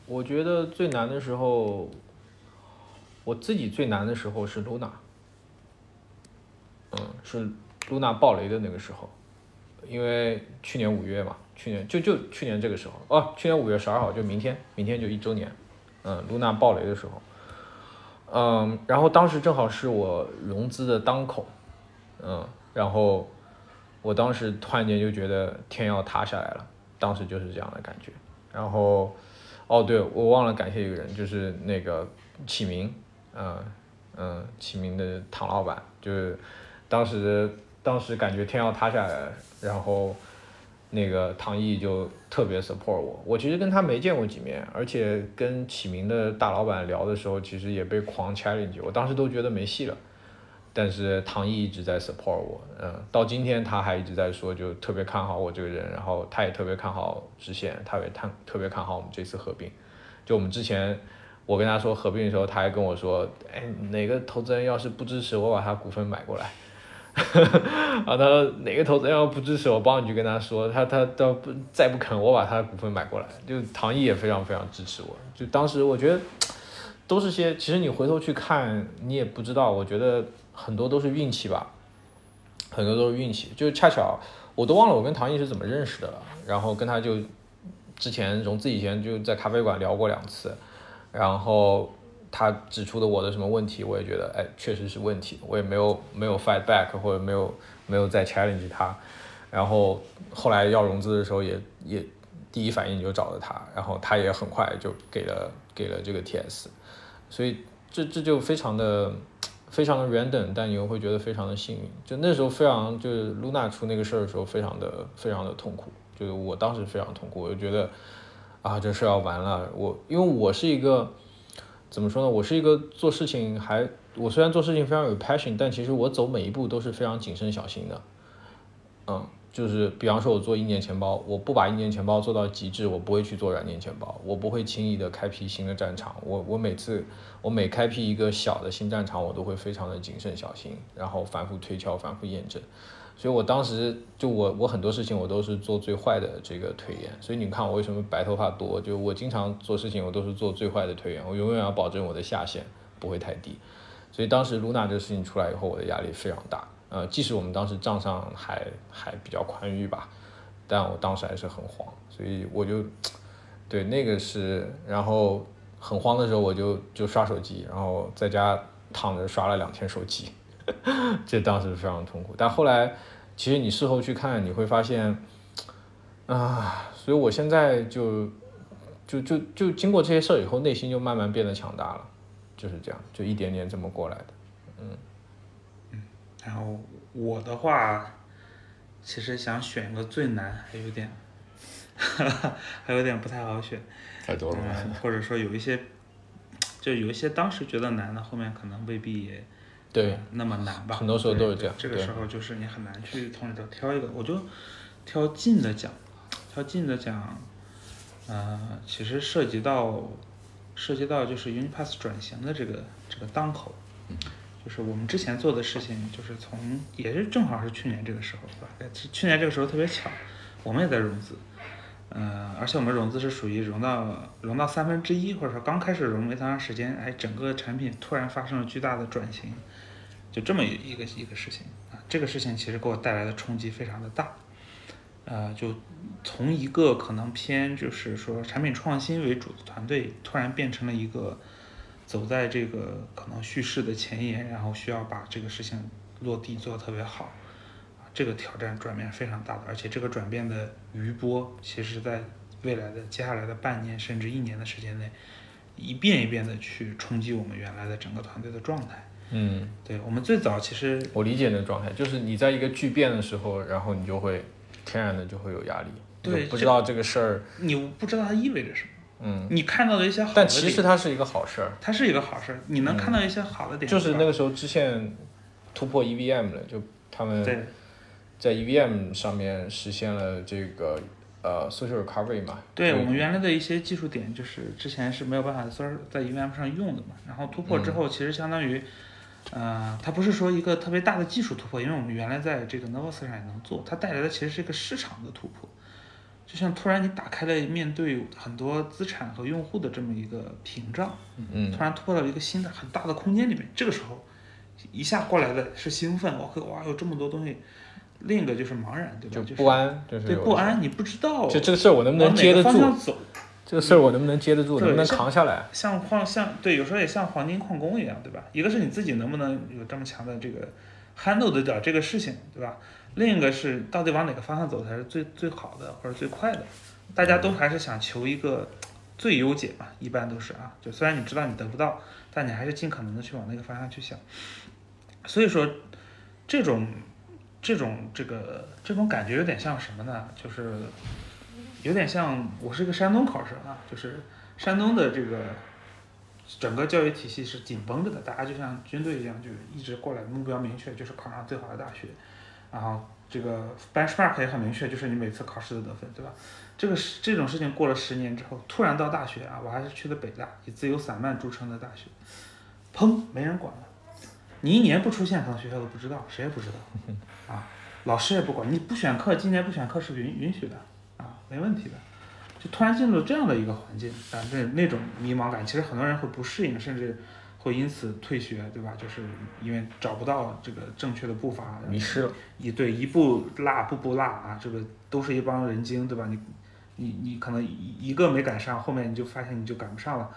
我觉得最难的时候，我自己最难的时候是 Luna，嗯，是 Luna 爆雷的那个时候，因为去年五月嘛，去年就就去年这个时候，哦、去年五月十二号，就明天，明天就一周年，嗯，Luna 爆雷的时候，嗯，然后当时正好是我融资的当口，嗯，然后我当时突然间就觉得天要塌下来了，当时就是这样的感觉。然后，哦，对，我忘了感谢一个人，就是那个启明，嗯、嗯、启明的唐老板，就是当时当时感觉天要塌下来了，然后那个唐毅就特别 support 我。我其实跟他没见过几面，而且跟启明的大老板聊的时候，其实也被狂 challenge，我当时都觉得没戏了。但是唐毅一直在 support 我，嗯，到今天他还一直在说，就特别看好我这个人，然后他也特别看好知县，他也看特别看好我们这次合并。就我们之前我跟他说合并的时候，他还跟我说，哎，哪个投资人要是不支持我，把他股份买过来。 啊，他说哪个投资人要不支持我，帮你去跟他说，他他他不再不肯，我把他的股份买过来。就唐毅也非常非常支持我，就当时我觉得都是些，其实你回头去看，你也不知道，我觉得很多都是运气吧，很多都是运气，就是恰巧我都忘了我跟唐毅是怎么认识的了，然后跟他就之前融资以前就在咖啡馆聊过两次，然后他指出的我的什么问题，我也觉得哎确实是问题，我也没有没有 fight back 或者没有没有再 challenge 他，然后后来要融资的时候也也第一反应就找了他，然后他也很快就给了给了这个 TS，所以这这就非常的。非常的 random，但你又会觉得非常的幸运。就那时候非常就是 Luna 出那个事儿的时候，非常的非常的痛苦，就是我当时非常痛苦，我就觉得啊这事儿要完了。我因为我是一个怎么说呢，我是一个做事情还我虽然做事情非常有 passion，但其实我走每一步都是非常谨慎小心的。嗯，就是比方说我做硬件钱包，我不把硬件钱包做到极致，我不会去做软件钱包，我不会轻易的开辟新的战场。我我每次我每开辟一个小的新战场，我都会非常的谨慎小心，然后反复推敲、反复验证。所以我当时就我我很多事情我都是做最坏的这个推演，所以你看我为什么白头发多，就我经常做事情我都是做最坏的推演，我永远要保证我的下限不会太低。所以当时露娜这个事情出来以后，我的压力非常大。呃，即使我们当时账上还还比较宽裕吧，但我当时还是很慌，所以我就对那个是，然后很慌的时候我就就刷手机，然后在家躺着刷了两天手机， 这当时非常痛苦。但后来其实你事后去看，你会发现啊，所以我现在就就就就经过这些事儿以后，内心就慢慢变得强大了，就是这样，就一点点这么过来的。然后我的话，其实想选个最难，还有点， 还有点不太好选。太多了吧？嗯，或者说有一些，就有一些当时觉得难的，后面可能未必也对呃，那么难吧。很多时候都是对这样这个对时候就是你很难去从里头挑一个，我就挑近的讲，挑近的讲，呃，其实涉及到涉及到就是 Unipass 转型的这个这个档口。嗯就是我们之前做的事情，就是从也是正好是去年这个时候吧，呃去去年这个时候特别巧，我们也在融资，呃，而且我们融资是属于融到融到三分之一，或者说刚开始融没多长时间，哎，整个产品突然发生了巨大的转型，就这么一个一个事情啊，这个事情其实给我带来的冲击非常的大，呃，就从一个可能偏就是说产品创新为主的团队，突然变成了一个走在这个可能叙事的前沿，然后需要把这个事情落地做得特别好，啊，这个挑战转变非常大的，而且这个转变的余波，其实在未来的接下来的半年甚至一年的时间内，一遍一遍的去冲击我们原来的整个团队的状态。嗯。对我们最早其实我理解那个状态，就是你在一个巨变的时候，然后你就会天然的就会有压力，对就不知道这个事儿，你不知道它意味着什么，嗯，你看到的一些好的但点，其实它是一个好事儿，它是一个好事儿，你能看到一些好的点，嗯就是那吧个时候之前突破 EVM 了，就他们对在 EVM 上面实现了这个呃 social recovery 嘛，对就我们原来的一些技术点，就是之前是没有办法在在 EVM 上用的嘛，然后突嗯破之后，其实相当于。呃，它不是说一个特别大的技术突破，因为我们原来在这个 Novus 上也能做，它带来的其实是一个市场的突破，就像突然你打开了面对很多资产和用户的这么一个屏障，嗯突然突破到一个新的很大的空间里面，这个时候一下过来的是兴奋，我靠，哇，有这么多东西。另一个就是茫然，对吧？就就是不安，就是对有不，安，你不知道就这个事儿我能不能往哪接得个方住，向走。这个事儿我能不能接得住，对能不能像扛下来，像矿像对，有时候也像黄金矿工一样，对吧？一个是你自己能不能有这么强的这个 handle 得了这个事情，对吧？另一个是到底往哪个方向走才是最最好的或者最快的？大家都还是想求一个最优解嘛，一般都是啊，就虽然你知道你得不到，但你还是尽可能的去往那个方向去想。所以说，这种这种这个这种感觉有点像什么呢？就是有点像我是一个山东考生啊，就是山东的这个整个教育体系是紧绷着的，大家就像军队一样，就一直过来，目标明确，就是考上最好的大学，然后这个 benchmark 也很明确，就是你每次考试的得分，对吧？这个是这种事情过了十年之后，突然到大学啊，我还是去的北大，以自由散漫著称的大学，砰，没人管了。你一年不出现，可能学校都不知道，谁也不知道啊，老师也不管，你不选课，今年不选课是允允许的啊，没问题的。就突然进入这样的一个环境啊，那那种迷茫感，其实很多人会不适应，甚至会因此退学，对吧？就是因为找不到这个正确的步伐，迷失了，一对一步落步步落啊，这个都是一帮人精，对吧？你你你可能一一个没赶上，后面你就发现你就赶不上了，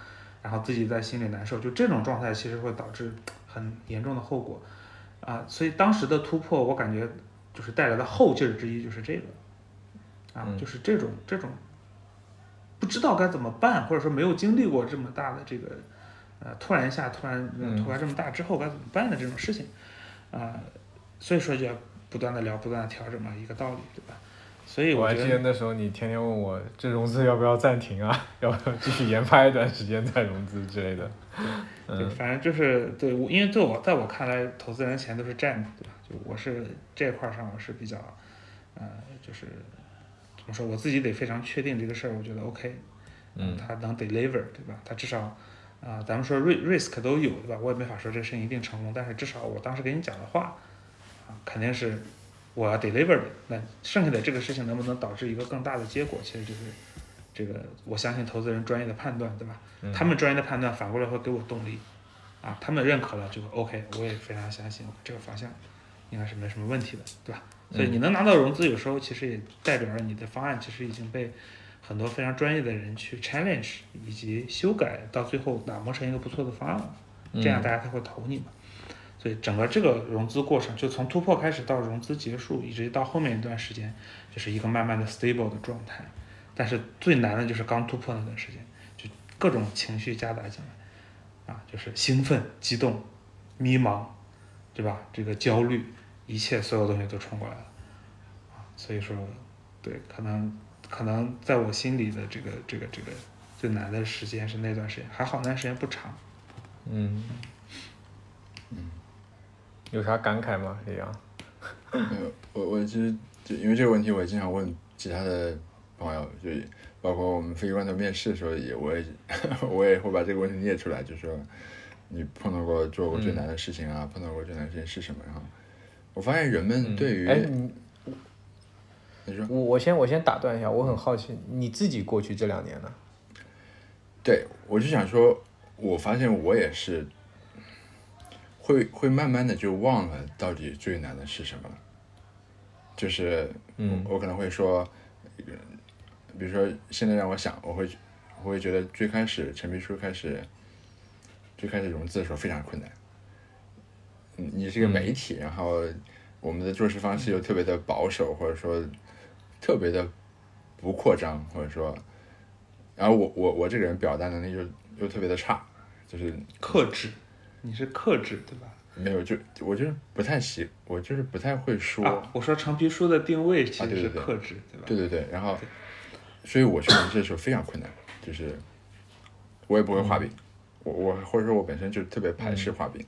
然后自己在心里难受，就这种状态其实会导致很严重的后果啊。所以当时的突破，我感觉就是带来的后劲儿之一就是这个啊，嗯就是这种这种不知道该怎么办，或者说没有经历过这么大的这个呃突然一下突然呃嗯突然这么大之后该怎么办的这种事情啊、所以说就要不断的聊，不断的调整嘛，一个道理，对吧？所以我还觉记得得那时候你天天问我这融资要不要暂停啊，要不要继续研发一段时间再融资之类的，对，嗯，反正就是对我，因为对我，在我看来，投资人的钱都是债嘛，对吧？就我是这块儿上，我是比较，呃，就是怎么说，我自己得非常确定这个事儿，我觉得 OK，嗯他啊能 deliver，对吧？他至少，啊、咱们说 ri- risk 都有，对吧？我也没法说这个事情一定成功，但是至少我当时给你讲的话，啊，肯定是我要 deliver 的。那剩下的这个事情能不能导致一个更大的结果，其实就是这个，我相信投资人专业的判断，对吧？嗯他们专业的判断反过来会给我动力，啊，他们认可了就 OK，我也非常相信这个方向应该是没什么问题的，对吧？所以你能拿到融资，有时候其实也代表着你的方案其实已经被很多非常专业的人去 challenge 以及修改，到最后打磨成一个不错的方案了，嗯这嗯样大家才会投你嘛。所以整个这个融资过程，就从突破开始到融资结束，一直到后面一段时间，就是一个慢慢的 stable 的状态。但是最难的就是刚突破那段时间，就各种情绪夹杂进来，啊，就是兴奋、激动、迷茫，对吧？这个焦虑，一切所有东西都冲过来了，啊，所以说，对，可能可能在我心里的这个这个这个最难的时间是那段时间，还好那段时间不长。嗯，有啥感慨吗？李阳？呃，我我其实就因为这个问题，我也经常问其他的朋友，就包括我们飞官的面试的时候也，我也 我也会把这个问题列出来，就说你碰到过做过最难的事情啊，碰到过最难的事情是什么？然后我发现人们对于、哎，你你说我我先我先打断一下，我很好奇你自己过去这两年呢？对，我就想说，我发现我也是会会慢慢的就忘了到底最难的是什么了，就是嗯我可能会说，呃比如说现在让我想，我会我会觉得最开始陈皮书开始最开始融资的时候非常困难，你你是个媒体，然后我们的做事方式又特别的保守，或者说特别的不扩张，或者说，然后我我我这个人表达能力又又特别的差，就是克制，你是克制对吧？没有就我就是不太喜，我就是不太会说。啊，我说橙皮书的定位其啊实对是对对克制，对吧？对对对，然后，所以我去融资的时候非常困难，就是我也不会画饼，我我或者说我本身就特别排斥画饼，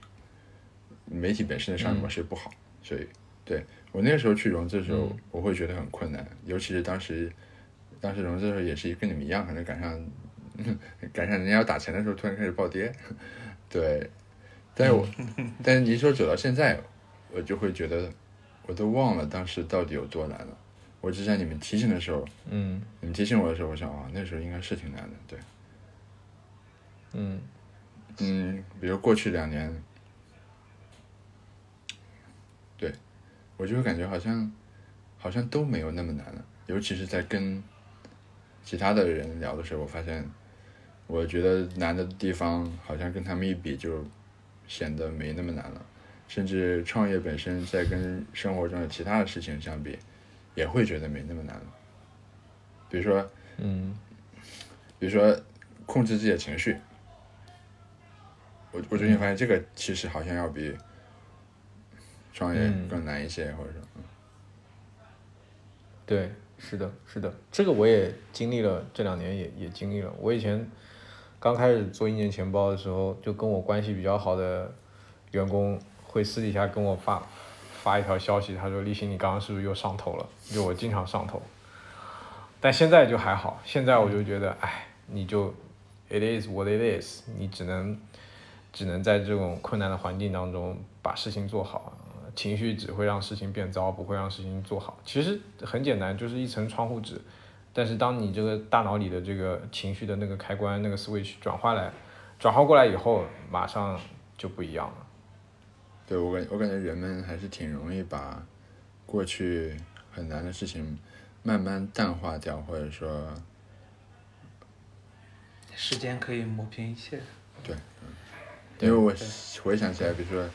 媒体本身的商业模式不好，所以对我那个时候去融资的时候，我会觉得很困难，尤其是当时当时融资的时候也是跟你们一样，可能赶上赶上人家要打钱的时候突然开始暴跌，对，但是我但是你说走到现在，我就会觉得我都忘了当时到底有多难了。我只在你们提醒的时候，嗯你们提醒我的时候，我想啊，那时候应该是挺难的，对，嗯嗯，比如过去两年，对，我就会感觉好像好像都没有那么难了，尤其是在跟其他的人聊的时候，我发现我觉得难的地方好像跟他们一比就显得没那么难了，甚至创业本身在跟生活中的其他的事情相比，也会觉得没那么难了，比如说嗯比如说控制自己的情绪。我我最近发现这个其实好像要比创业嗯更难一些，或者说，对，是的，是的，这个我也经历了，这两年也也经历了。我以前刚开始做一年钱包的时候，就跟我关系比较好的员工会私底下跟我发发一条消息，他说：“立新，你刚刚是不是又上头了？”就我经常上头，但现在就还好，现在我就觉得，哎，你就 it is what it is，你只能只能在这种困难的环境当中把事情做好。呃情绪只会让事情变糟，不会让事情做好。其实很简单，就是一层窗户纸。但是当你这个大脑里的这个情绪的那个开关、那个 switch 转化来，转化过来以后，马上就不一样了。对我感我感觉人们还是挺容易把过去很难的事情慢慢淡化掉，或者说，时间可以磨平一切。因为我回想起来，比如说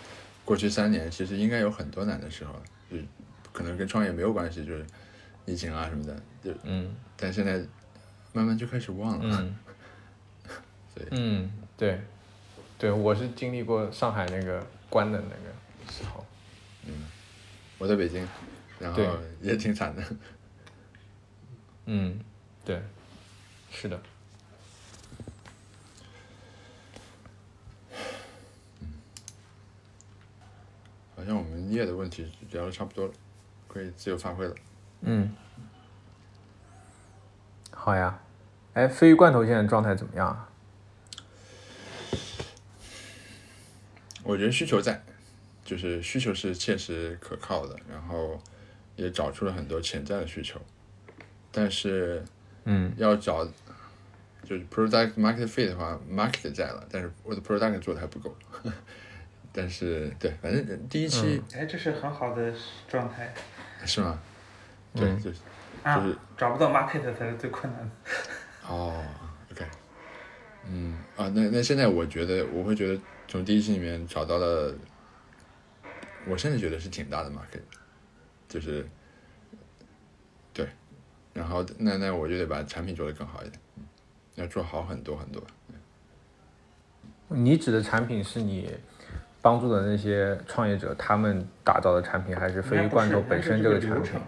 过去三年，其实应该有很多难的时候，就可能跟创业没有关系，就是疫情啊什么的，就嗯但现在慢慢就开始忘了。嗯对嗯，对对，我是经历过上海那个关的那个时候。我在北京，然后对也挺惨的。嗯，对，是的。好像我们夜的问题聊的差不多了，可以自由发挥了。嗯，好呀。哎，鲱鱼罐头现在状态怎么样啊？我觉得需求在，就是需求是切实可靠的，然后也找出了很多潜在的需求，但是嗯要找就是 product market fit 的话，market 在了，但是我的 product 做的还不够。 但是对，反正第一期、哎，这是很好的状态，是吗？对，嗯就是啊就是找不到 market 才是最困难的。哦，OK，嗯啊，那那现在我觉得我会觉得从第一季里面找到了，我甚至觉得是挺大的 market，就是对，然后那那我就得把产品做得更好一点，嗯，要做好很多很多。你指的产品是你帮助的那些创业者他们打造的产品，还是鲱鱼罐头本身这个产流品程？，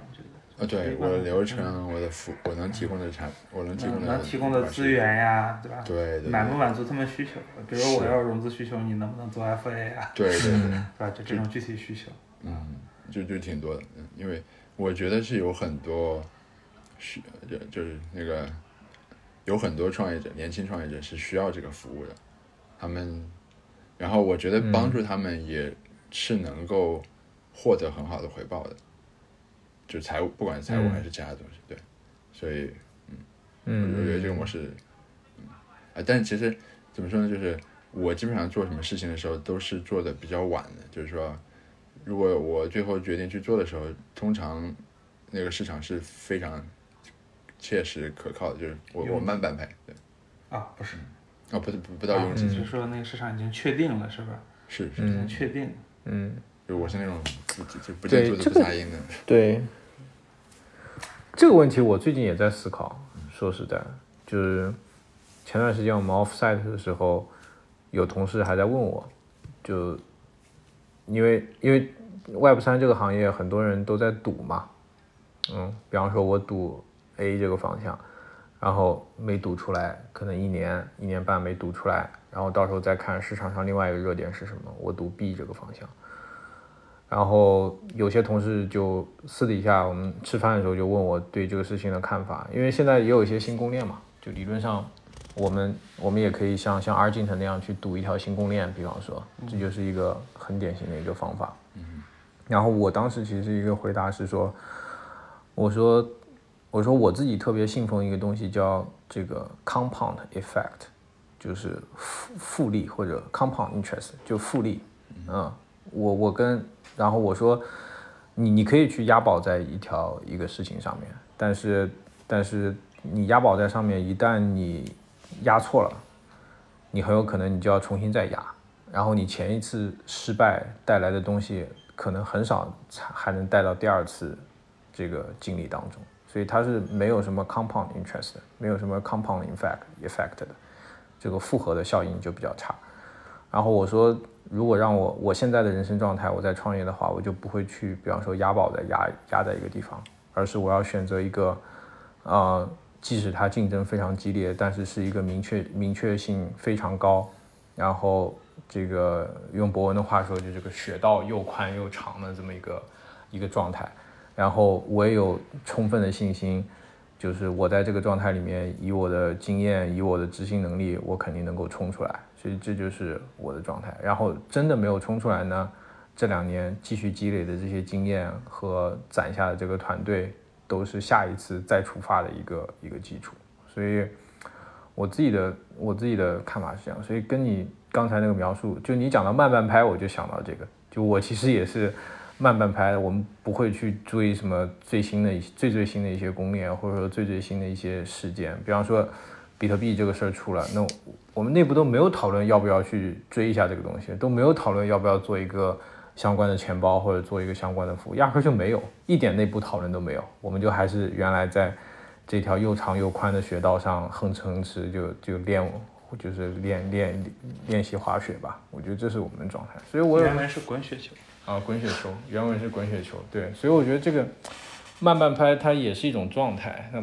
啊，对我的流程，我的服，我能提供的产，我能提嗯供的能提供的款式资，源呀，对吧？对对满不满足他们需求？比如是我要融资需求，你能不能做 FA 啊？对对对，对吧？就这种具体需求。嗯，就就挺多的，嗯，因为我觉得是有很多需，就就是那个有很多创业者，年轻创业者是需要这个服务的，他们，然后我觉得帮助他们也是能够获得很好的回报的，就财务，不管是财务还是其他东西，对，所以嗯，我觉得这个模式，嗯，啊，但其实怎么说呢，就是我基本上做什么事情的时候都是做的比较晚的，就是说，如果我最后决定去做的时候，通常那个市场是非常切实可靠的，就是我我慢半拍，对，啊，不是，啊，不不不到拥啊挤，嗯就是说那个市场已经确定了，是吧？是是，已经确定了。嗯，就我是那种不就就不进对兔子这不个撒鹰的，对，这个问题我最近也在思考。说实在，就是前段时间我们 offsite 的时候，有同事还在问我，就因为因为 Web 三这个行业很多人都在赌嘛，嗯，比方说我赌 A 这个方向，然后没赌出来，可能一年一年半没赌出来，然后到时候再看市场上另外一个热点是什么，我赌 B 这个方向。然后有些同事就私底下我们吃饭的时候就问我对这个事情的看法，因为现在也有一些新公链嘛，就理论上我们我们也可以像像 R 进程那样去赌一条新公链，比方说这就是一个很典型的一个方法。嗯，然后我当时其实一个回答是说，我说我说我自己特别信奉一个东西叫这个 compound effect，就是复复利或者 compound interest 就复利。嗯，我我跟然后我说，你你可以去押宝在一条一个事情上面，但是但是你押宝在上面，一旦你押错了，你很有可能你就要重新再押，然后你前一次失败带来的东西，可能很少才还能带到第二次这个经历当中，所以它是没有什么 compound interest，的没有什么 compound effect effect 的，这个复合的效应就比较差。然后我说，如果让我我现在的人生状态，我在创业的话，我就不会去，比方说押宝在压压在一个地方，而是我要选择一个，呃，即使它竞争非常激烈，但是是一个明确明确性非常高，然后这个用博文的话说，就这个雪道又宽又长的这么一个一个状态。然后我也有充分的信心，就是我在这个状态里面，以我的经验，以我的执行能力，我肯定能够冲出来。所以这就是我的状态。然后真的没有冲出来呢，这两年继续积累的这些经验和攒下的这个团队，都是下一次再出发的一个一个基础。所以我自己的我自己的看法是这样。所以跟你刚才那个描述，就你讲到慢半拍，我就想到这个。就我其实也是。慢半拍，我们不会去追什么最新的一些、最最新的一些攻略，或者说最最新的一些事件。比方说，比特币这个事儿出了，那我们内部都没有讨论要不要去追一下这个东西，都没有讨论要不要做一个相关的钱包或者做一个相关的服务，压根儿就没有，一点内部讨论都没有。我们就还是原来在这条又长又宽的雪道上哼哧哼哧就就练，就是练练练习滑雪吧。我觉得这是我们的状态，所以我有原文是滚雪球，啊，滚雪球，原文是滚雪球，对，所以我觉得这个慢半拍它也是一种状态，那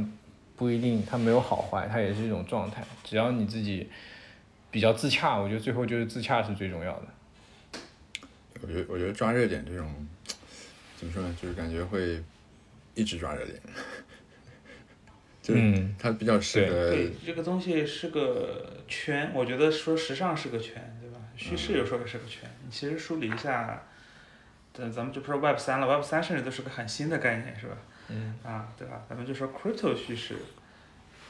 不一定它没有好坏，它也是一种状态，只要你自己比较自洽，我觉得最后就是自洽是最重要的。我觉得我觉得抓热点这种，怎么说呢，就是感觉会一直抓热点， 就是嗯它比较适对合对这个东西是个圈，我觉得说时尚是个圈，对吧？叙嗯事有时候也是个圈。你其实梳理一下，咱咱们就不说 Web 三了，Web 三甚至都是个很新的概念，是吧？嗯啊，对吧？咱们就说 crypto 叙事，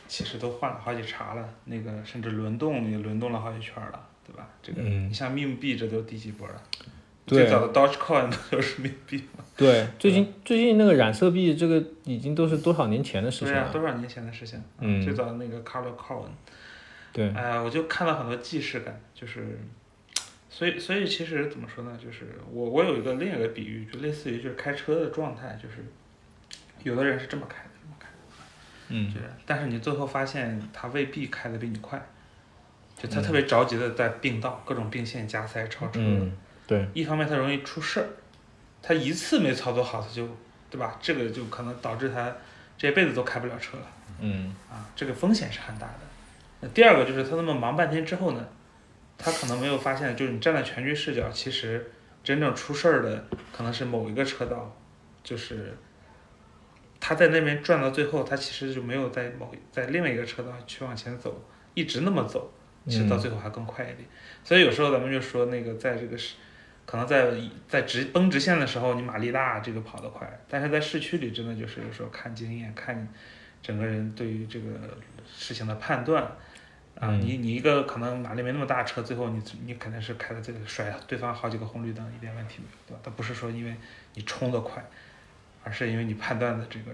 其实都换了好几茬了，那个甚至轮动也轮动了好几圈了，对吧？这个嗯你像 meme 币这都第几波了？最对早的 Dogecoin 不就是冥币吗？对，最近最近那个染色币这个已经都是多少年前的事对啊情啊呀、了，多少年前的事情。嗯最早的那个 Color Coin，对哎、呀，我就看到很多既视感，就是，所以所以其实怎么说呢，就是我我有一个另一个比喻，就类似于就是开车的状态，就是有的人是这么开的，这么开嗯的，就是，但是你最后发现他未必开的比你快，就他特别着急的在并道、各种并线加塞超车，嗯，对，一方面他容易出事儿，他一次没操作好他就，对吧？这个就可能导致他这辈子都开不了车了。嗯啊，这个风险是很大的。那第二个就是他那么忙半天之后呢，他可能没有发现，就是你站在全局视角，其实真正出事儿的可能是某一个车道，就是他在那边转到最后，他其实就没有在某在另外一个车道去往前走，一直那么走，其实到嗯最后还更快一点。所以有时候咱们就说那个在这个市，可能在在直奔直线的时候，你马力大，这个跑得快，但是在市区里真的就是有时候看经验，看你整个人对于这个事情的判断。啊，嗯你你一个可能马力没那么大的车，最后你你肯定是开的这个甩对方好几个红绿灯，一点问题没有，对吧？它不是说因为你冲得快，而是因为你判断的这个，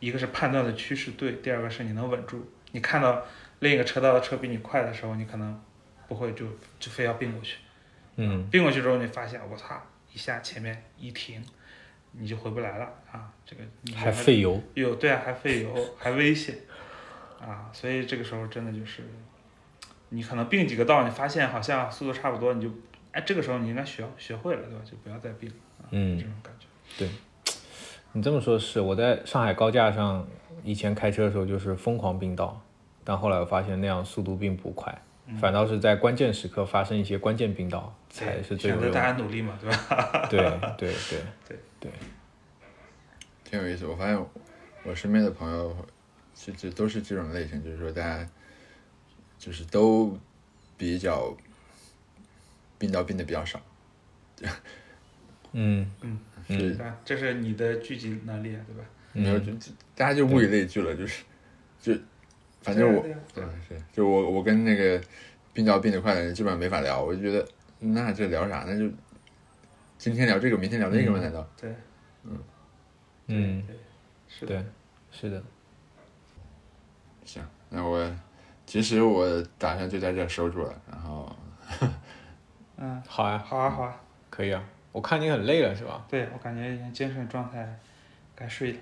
一个是判断的趋势对，第二个是你能稳住。你看到另一个车道的车比你快的时候，你可能不会就就非要并过去，嗯并过去之后你发现我操，一下前面一停，你就回不来了啊！这个你嗯还费油，有对啊，还费油，还危险啊！所以这个时候真的就是，你可能并几个道，你发现好像速度差不多，你就哎，这个时候你应该学学会了，对吧？就不要再并了啊，嗯这种感觉。你这么说是，我在上海高架上以前开车的时候就是疯狂并道，但后来我发现那样速度并不快，嗯反倒是在关键时刻发生一些关键并道才是最选有择用大的。家努力嘛，对吧？对 对对对对，挺有意思。我发现我身边的朋友其实都是这种类型，就是说大家就是都比较病到病的比较少，嗯是对吧？这是你的聚集能力啊，对吧？没有，就就大家就物以类聚了，就是就反正我对啊对是就我我跟那个病到病得快的人基本上没法聊，我就觉得那这聊啥？那就今天聊这个，明天聊那个嘛，难道？对啊，对嗯，对，是的，对，是的，行，那我其实我打算就在这儿收住了，然后嗯，好啊，好啊，好啊，可以啊。我看你很累了是吧？对我感觉已经精神状态该睡了。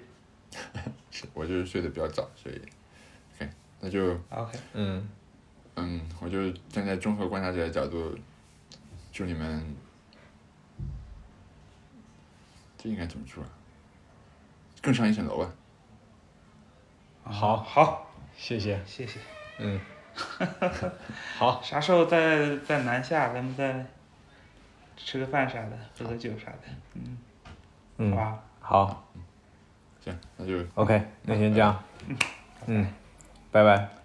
是我就是睡得比较早，所以 OK，那就 OK，嗯，嗯，我就站在综合观察者的角度，祝你们这应该怎么说啊？更上一层楼吧。好啊好，谢谢。谢谢。嗯， 好，啥时候再再南下，咱们再吃个饭啥的，喝个酒啥的，嗯，嗯好，吧，好行，那就嗯，OK，那先这样。嗯，拜拜。